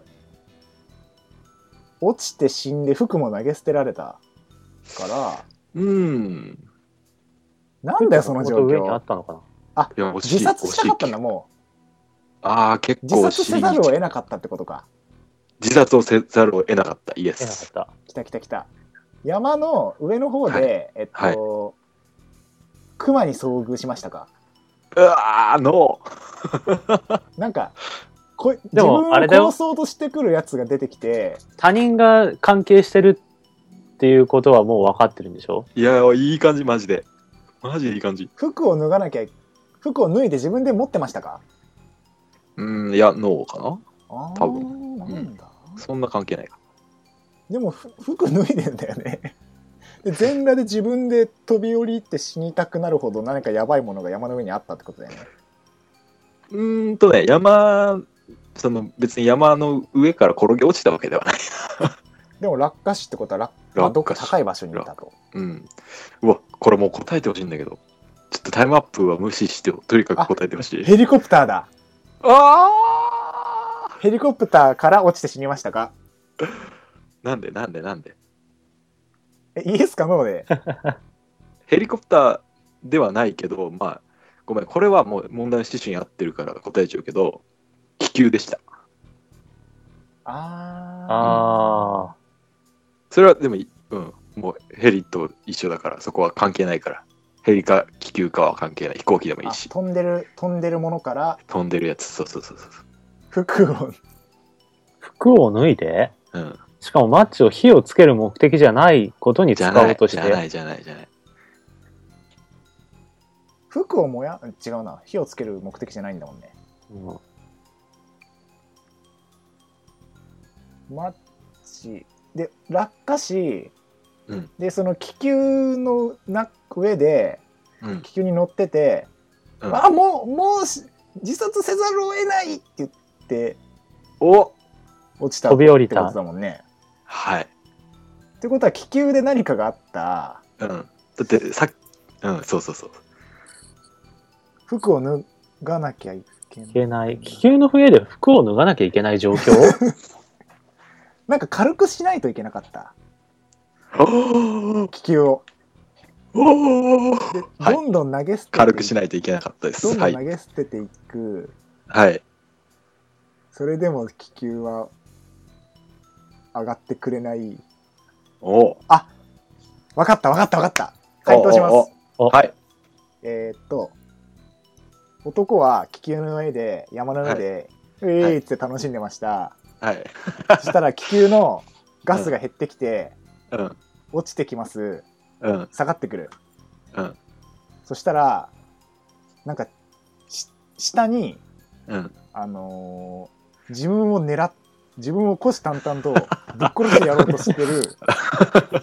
Speaker 1: 落ちて死んで服も投げ捨てられたから
Speaker 3: うーん。
Speaker 1: なんだよその状
Speaker 2: もっと上にあ
Speaker 1: 況
Speaker 2: ったのかな。
Speaker 3: いや、惜しい。
Speaker 1: 自殺したかったんだ
Speaker 3: 惜い
Speaker 1: も
Speaker 3: ああ、結
Speaker 1: う自
Speaker 3: 構惜しい。
Speaker 1: 殺せざるを得なかったってことか
Speaker 3: 自殺をせざるを得なかった。イエ
Speaker 2: 出なかっ
Speaker 3: ス。
Speaker 2: た。
Speaker 1: 来た来た来た山の上の方で、
Speaker 3: はい
Speaker 1: えっと、熊に遭遇しましたか
Speaker 3: うわー、ノー。
Speaker 1: なんかこい
Speaker 2: で
Speaker 1: 自
Speaker 2: も
Speaker 1: 分を
Speaker 2: あれだよ
Speaker 1: 殺そうとしてくるやつが出てきて
Speaker 2: 他人が関係してるっていうことはもう分かってるんでしょ
Speaker 3: いや、いい感じ、マジで。マジでいい感じ。
Speaker 1: 服を脱がなきゃ服を脱いで自分で持ってましたか
Speaker 3: うーん、いや、ノーかな。
Speaker 1: あー
Speaker 3: 多分
Speaker 1: なんだ、
Speaker 3: そんな関係ないか。
Speaker 1: でもふ服脱いでんだよね で全裸で自分で飛び降りて死にたくなるほど何かやばいものが山の上にあったってことだよね
Speaker 3: うーんとね、山、その別に山の上から転げ落ちたわけではない。
Speaker 1: でも落下死ってことは落まあどっか
Speaker 3: 落下死
Speaker 1: 高い場所にいたと
Speaker 3: うん。うわ、これもう答えてほしいんだけど。ちょっとタイムアップは無視してよ、とにかく答えてほしい。
Speaker 1: ヘリコプターだ
Speaker 3: あ
Speaker 1: ヘリコプターから落ちて死にましたか
Speaker 3: ーなんでなんでなんで
Speaker 1: えイエスかノーで
Speaker 3: ヘリコプターではないけど、まあ、ごめん、これはもう問題の趣旨に合ってるから答えちゃうけど、気球でした。
Speaker 1: ああ
Speaker 2: ああ。
Speaker 3: それはでも、うん、もうヘリと一緒だから、そこは関係ないから。ヘリか気球かは関係ない。飛行機でもいいし、
Speaker 1: 飛んでる飛んでるものから
Speaker 3: 飛んでるやつ、そうそうそうそう。
Speaker 1: 服を
Speaker 2: 服を脱いで、
Speaker 3: うん、
Speaker 2: しかもマッチを火をつける目的じゃないことに
Speaker 3: じ
Speaker 2: 使
Speaker 3: ゃな
Speaker 2: おう
Speaker 3: い
Speaker 2: とし
Speaker 3: じ
Speaker 2: て
Speaker 3: ゃ。ないじゃないじゃない
Speaker 1: 服を燃や違うな火をつける目的じゃないんだもんね
Speaker 2: うん
Speaker 1: マッチで落下し、
Speaker 3: うん
Speaker 1: でその気球のな上で
Speaker 3: うん
Speaker 1: 気球に乗ってて「
Speaker 3: うん
Speaker 1: あもうもうし自殺せざるを得ない!」って言って
Speaker 3: お
Speaker 1: 落ちた
Speaker 2: 飛び降り
Speaker 1: ってこ
Speaker 2: た
Speaker 1: と。だもんね。
Speaker 3: はい、
Speaker 1: ってことは気球で何かがあった
Speaker 3: うん、だってさっうんそうそうそう
Speaker 1: 服を脱がなきゃいけない
Speaker 2: いけない。気球の笛で服を脱がなきゃいけない状況
Speaker 1: なんか軽くしないといけなかった
Speaker 3: お
Speaker 1: 気球を
Speaker 3: お
Speaker 1: で、
Speaker 3: はい
Speaker 1: どんどん投げ捨てて
Speaker 3: 軽くし
Speaker 1: ない
Speaker 3: ないといけなかったです。
Speaker 1: どんど
Speaker 3: は
Speaker 1: ん
Speaker 3: い
Speaker 1: 投。げ捨てていく、
Speaker 3: はい。
Speaker 1: それでも気球は上がってくれない
Speaker 3: おう
Speaker 1: わかったわかったわかった回答します
Speaker 3: おうおうはい。
Speaker 1: えーっと男は気球の上で山の上で「うえーい」って楽しんでました、
Speaker 3: はい。
Speaker 1: そしたら気球のガスが減ってきて
Speaker 3: うん。
Speaker 1: 落ちてきます
Speaker 3: うん。
Speaker 1: 下がってくる
Speaker 3: うん。
Speaker 1: そしたらなんかし下に
Speaker 3: うん。
Speaker 1: あのー自分を狙っ自分を虎視眈々とぶっ殺してやろうとしてる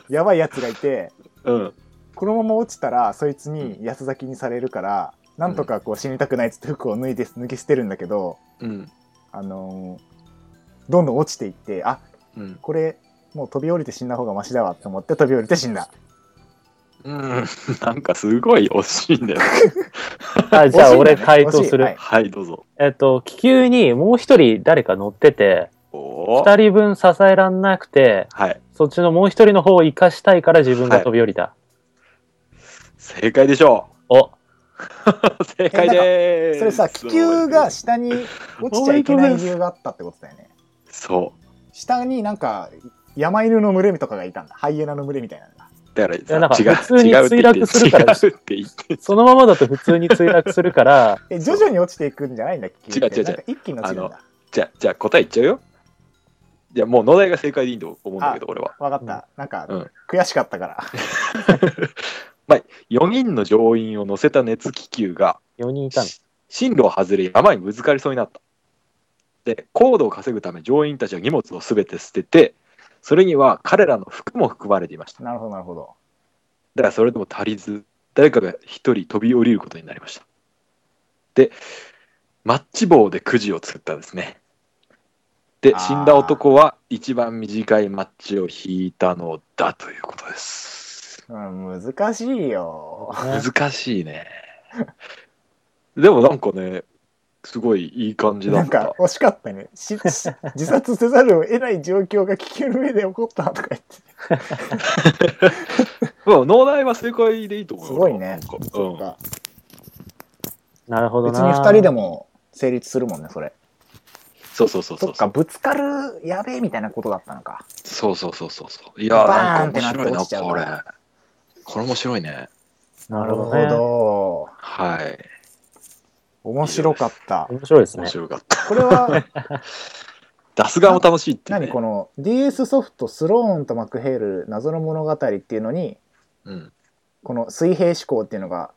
Speaker 1: やばいやつがいて
Speaker 3: うん。
Speaker 1: このまま落ちたらそいつに安咲きにされるから、なんとかこう死にたくないっつって服を脱いで脱ぎ捨てるんだけど、
Speaker 3: うん。
Speaker 1: あのーどんどん落ちていってあ
Speaker 3: うん。
Speaker 1: これもう飛び降りて死んだ方がマシだわと思って飛び降りて死んだ
Speaker 3: うん。なんかすごい惜しいんだよ。
Speaker 2: あじゃ
Speaker 1: 惜しいんだ
Speaker 2: あ
Speaker 1: ね
Speaker 2: 俺回答する、
Speaker 1: 惜しいはい
Speaker 3: はい、どうぞ。
Speaker 2: えっと気球にもう一人誰か乗ってて
Speaker 3: おお。
Speaker 2: 二人分支えらんなくて
Speaker 3: はい。
Speaker 2: そっちのもう一人の方を生かしたいから自分が飛び降りた、
Speaker 3: 正解でしょ
Speaker 2: お
Speaker 3: う。正解でーす。
Speaker 1: それさ気球が下に落ちちゃいけない理由があったってことだよね
Speaker 3: そ
Speaker 1: 下になんか山犬の群れとかがいたんだハイエナの群れみたいなのが
Speaker 3: う。だから
Speaker 2: やなんか
Speaker 3: さ、違う、
Speaker 2: 普通に
Speaker 3: 違うって言
Speaker 2: 墜
Speaker 3: っ
Speaker 2: 落
Speaker 3: て、
Speaker 2: するから
Speaker 3: 違うって言って。
Speaker 2: そのままだと普通に墜落するから
Speaker 1: え徐々に落ちていくんじゃないんだ気球って
Speaker 3: 違う違う違う
Speaker 1: なんか一気に落ちるんだ
Speaker 3: じゃあ、じゃあ答え言っちゃうよ。いや、もう野田が正解でいいと思うんだけど、俺は。
Speaker 1: わかった、なんか、
Speaker 3: うん
Speaker 1: 悔しかったから
Speaker 3: 4人の乗員を乗せた熱気球が、
Speaker 2: 4人いたの
Speaker 3: し進路を外れ山にぶつかりそうになった。で、高度を稼ぐため乗員たちは荷物をすべて捨てて、それには彼らの服も含まれていました。
Speaker 1: なるほどなるほど
Speaker 3: だからそれでも足りず、誰かが一人飛び降りることになりました。で、マッチ棒でくじを作ったんですね。で
Speaker 1: あ、ー
Speaker 3: 死んだ男は一番短いマッチを引いたのだということです。
Speaker 1: うん、難しいよ。
Speaker 2: ね
Speaker 3: 難しいね。 でもなんかね、すごいいい感じだ
Speaker 1: な
Speaker 3: っ
Speaker 1: ん
Speaker 3: た。
Speaker 1: か惜しかったね。しし自殺せざるを得ない状況が危険の上で起こったとか言って。
Speaker 3: うん、農大は正解でいいと思うよ
Speaker 1: すごいね
Speaker 3: なんか
Speaker 1: そっ
Speaker 3: うん、
Speaker 1: か
Speaker 2: なるほど
Speaker 1: 別
Speaker 2: な
Speaker 1: に2人でも成立するもんね、それ。
Speaker 3: そうそうそうそ
Speaker 1: そうっか、ぶつかるやべえみたいなことだったのか。
Speaker 3: そうそうそうそうそういやー
Speaker 1: バー
Speaker 3: な
Speaker 1: ンっ
Speaker 3: ん
Speaker 1: て
Speaker 3: か
Speaker 1: な
Speaker 3: 面
Speaker 1: って
Speaker 3: 白い
Speaker 1: 落ちちゃ
Speaker 3: な
Speaker 1: う
Speaker 3: これこれ面白いね
Speaker 2: なるほどね
Speaker 1: なるほ
Speaker 3: はい
Speaker 1: ど面白かった。
Speaker 2: 面白いですね
Speaker 3: 面白かった
Speaker 1: これ は、
Speaker 3: 出す側も楽しいって、ね、
Speaker 1: 何この DS ソフトスローンとマクヘール謎の物語っていうのに、
Speaker 3: うん、
Speaker 1: この水平思考っていうのが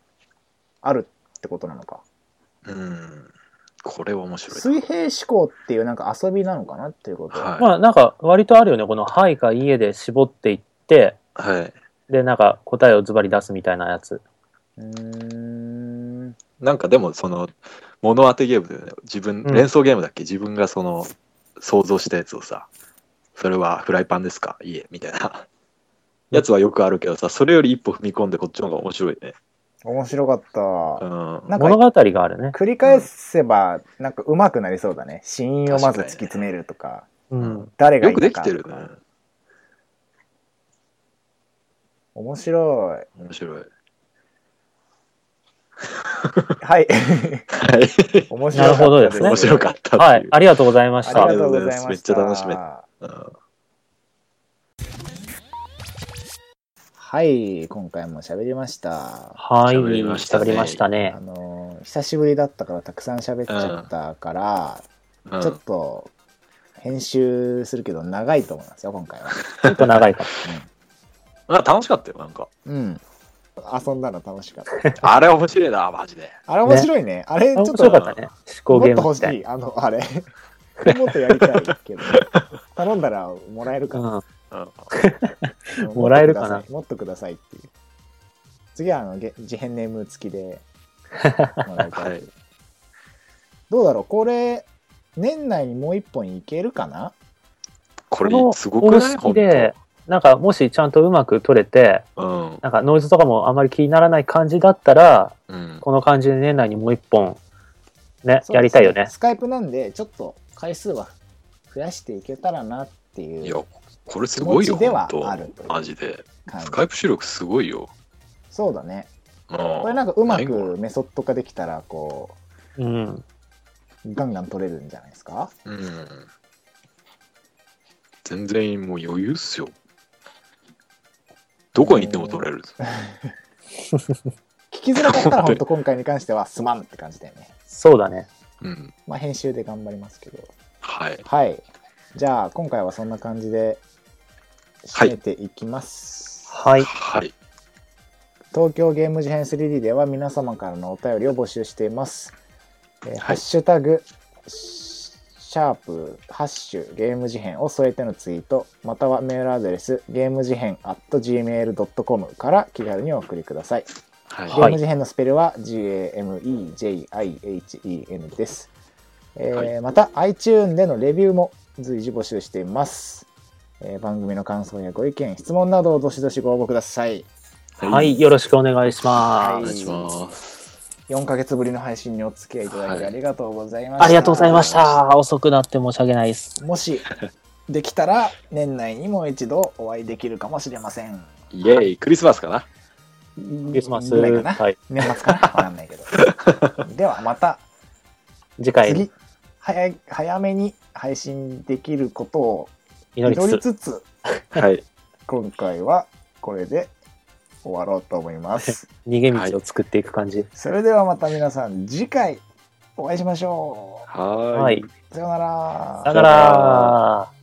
Speaker 1: あるってことなのか。
Speaker 3: うん、これは面白い
Speaker 1: 水平思考っていうなんか遊びなのかなっていうこと。
Speaker 3: なはい、
Speaker 2: まあなんか割とあるよねこの「はい」か「いえ」で絞っていって
Speaker 3: はい、
Speaker 2: でなんか答えをズバリ出すみたいなやつ
Speaker 1: うーん。
Speaker 3: なんかでもその物当てゲームだよね自分、
Speaker 2: うん
Speaker 3: 連想ゲームだっけ自分がその想像したやつをさそれはフライパンですかいいえみたいなやつはよくあるけどさそれより一歩踏み込んでこっちの方が面白いね
Speaker 1: 面白かった。
Speaker 3: うん
Speaker 1: なん
Speaker 2: 物
Speaker 1: か
Speaker 2: 語があるね、
Speaker 1: 繰り返せばなんか上手くなりそうだね。死因をまず突き詰めるとか、
Speaker 2: うん、
Speaker 1: 誰が
Speaker 3: よ
Speaker 1: いたか
Speaker 3: くできてるね。
Speaker 1: 面白い。
Speaker 3: 面白い。
Speaker 1: はい。
Speaker 3: はい。
Speaker 1: 面白
Speaker 2: なるほどですね
Speaker 3: 面白かった
Speaker 2: は
Speaker 3: って
Speaker 2: い
Speaker 3: いう。
Speaker 2: ありがとうございまし
Speaker 1: あ
Speaker 2: た
Speaker 1: りがとうございました。
Speaker 3: めっちゃ楽しめうん
Speaker 1: はい、今回も喋りました。
Speaker 2: はい
Speaker 3: 喋りましたね
Speaker 2: 喋りましたね
Speaker 1: あのー久しぶりだったからたくさん喋っちゃったから、
Speaker 3: うん
Speaker 1: ちょっと編集するけど長いと思いますよ今 回は。
Speaker 2: ちょっと長いかも
Speaker 3: あ楽しかったよ、なんか。
Speaker 1: うん。遊んだの楽しかった。
Speaker 3: あれ面白いな、マジで。
Speaker 1: あれ面白いね。あれちょ
Speaker 2: 面
Speaker 1: っと
Speaker 2: 白かったね思考
Speaker 1: も
Speaker 2: ゲ
Speaker 1: っと
Speaker 2: ー
Speaker 1: 欲
Speaker 2: ムみ
Speaker 1: した
Speaker 2: い
Speaker 1: い。あの、あれ。 もっとやりたいけど。頼んだらもらえるかな。
Speaker 2: うん
Speaker 3: う ん
Speaker 2: もらえるかな
Speaker 1: もっとくださいもっとくださいっていう。次はあのげ事変ネーム付き でもらいた。
Speaker 3: はいい。
Speaker 1: どうだろうこれ、年内にもう一本いけるかな
Speaker 2: こ
Speaker 3: こ
Speaker 2: の
Speaker 3: れ、すごく
Speaker 2: 公
Speaker 3: ない
Speaker 2: 式でなんかもしちゃんとうまく取れて
Speaker 3: 本
Speaker 2: なんかノイズとかもあまり気にならない感じだったら
Speaker 3: 当うん。うん。
Speaker 2: この感じで年内にもう一本ねやりたいよね
Speaker 1: スカイプなんで、ちょっと回数は増やしていけたらなっってい
Speaker 3: いうや、これすごい
Speaker 1: 気
Speaker 3: よ、
Speaker 1: 持ちでは
Speaker 3: 本当
Speaker 1: あるという
Speaker 3: マジで。
Speaker 1: 感じ
Speaker 3: スカイプ収録すごいよ。
Speaker 1: そうだね
Speaker 3: うん
Speaker 1: これなんかうま
Speaker 3: ないも
Speaker 1: くメソッド化できたらこ
Speaker 2: うん。
Speaker 1: うガンガン取れるんじゃないです か
Speaker 3: うん。全然もう余裕っすよ。どこに行っても取れる。
Speaker 1: 聞きづらかったら本当今回に関してはすまんって感じだよね
Speaker 2: そうだね。
Speaker 3: うん。
Speaker 1: まあ編集で頑張りますけど
Speaker 3: はい。
Speaker 1: はいじゃあ今回はそんな感じで締めていきます、
Speaker 2: はい。
Speaker 3: はい。
Speaker 1: 東京ゲーム事変 3D では皆様からのお便りを募集しています。えー
Speaker 3: い
Speaker 1: ハッシュタグ、シャープ、ハッシュ、ゲーム事変を添えてのツイート、またはメールアドレス、ゲーム事変 at gmail.com から気軽にお送りください。
Speaker 3: はい。
Speaker 1: ゲーム事変のスペルは GAMEJIHEN です。えー
Speaker 3: はい
Speaker 1: また iTune でのレビューも随時募集しています。えー番組の感想やご意見、質問などをどしどしご応募ください。
Speaker 2: はい。よろしくお願いし
Speaker 1: はい
Speaker 3: お
Speaker 2: ま
Speaker 3: 願い
Speaker 2: す。
Speaker 3: します。
Speaker 1: 4ヶ月ぶりの配信にお付き合いいただきありがとうございました、
Speaker 2: ありがとうございました。遅くなって申し訳ないです。
Speaker 1: もしできたら年内にもう一度お会いできるかもしれません
Speaker 3: イェイ、クリスマスかな
Speaker 1: ク
Speaker 2: クリスマス。
Speaker 1: ぐらいかな、
Speaker 2: はい。
Speaker 1: 年末 かなわかんないけどではまた
Speaker 2: 次回
Speaker 1: 次早い早めに配信できることを祈
Speaker 2: 祈り
Speaker 1: り
Speaker 2: つつ。
Speaker 1: つつ
Speaker 3: はい。
Speaker 1: 今回はこれで終わろうと思います
Speaker 2: 逃げ道を作っていく感じ。
Speaker 1: それではまた皆さん次回お会いしましょ
Speaker 3: はー
Speaker 2: はい。
Speaker 1: うさようなら
Speaker 2: さよなら。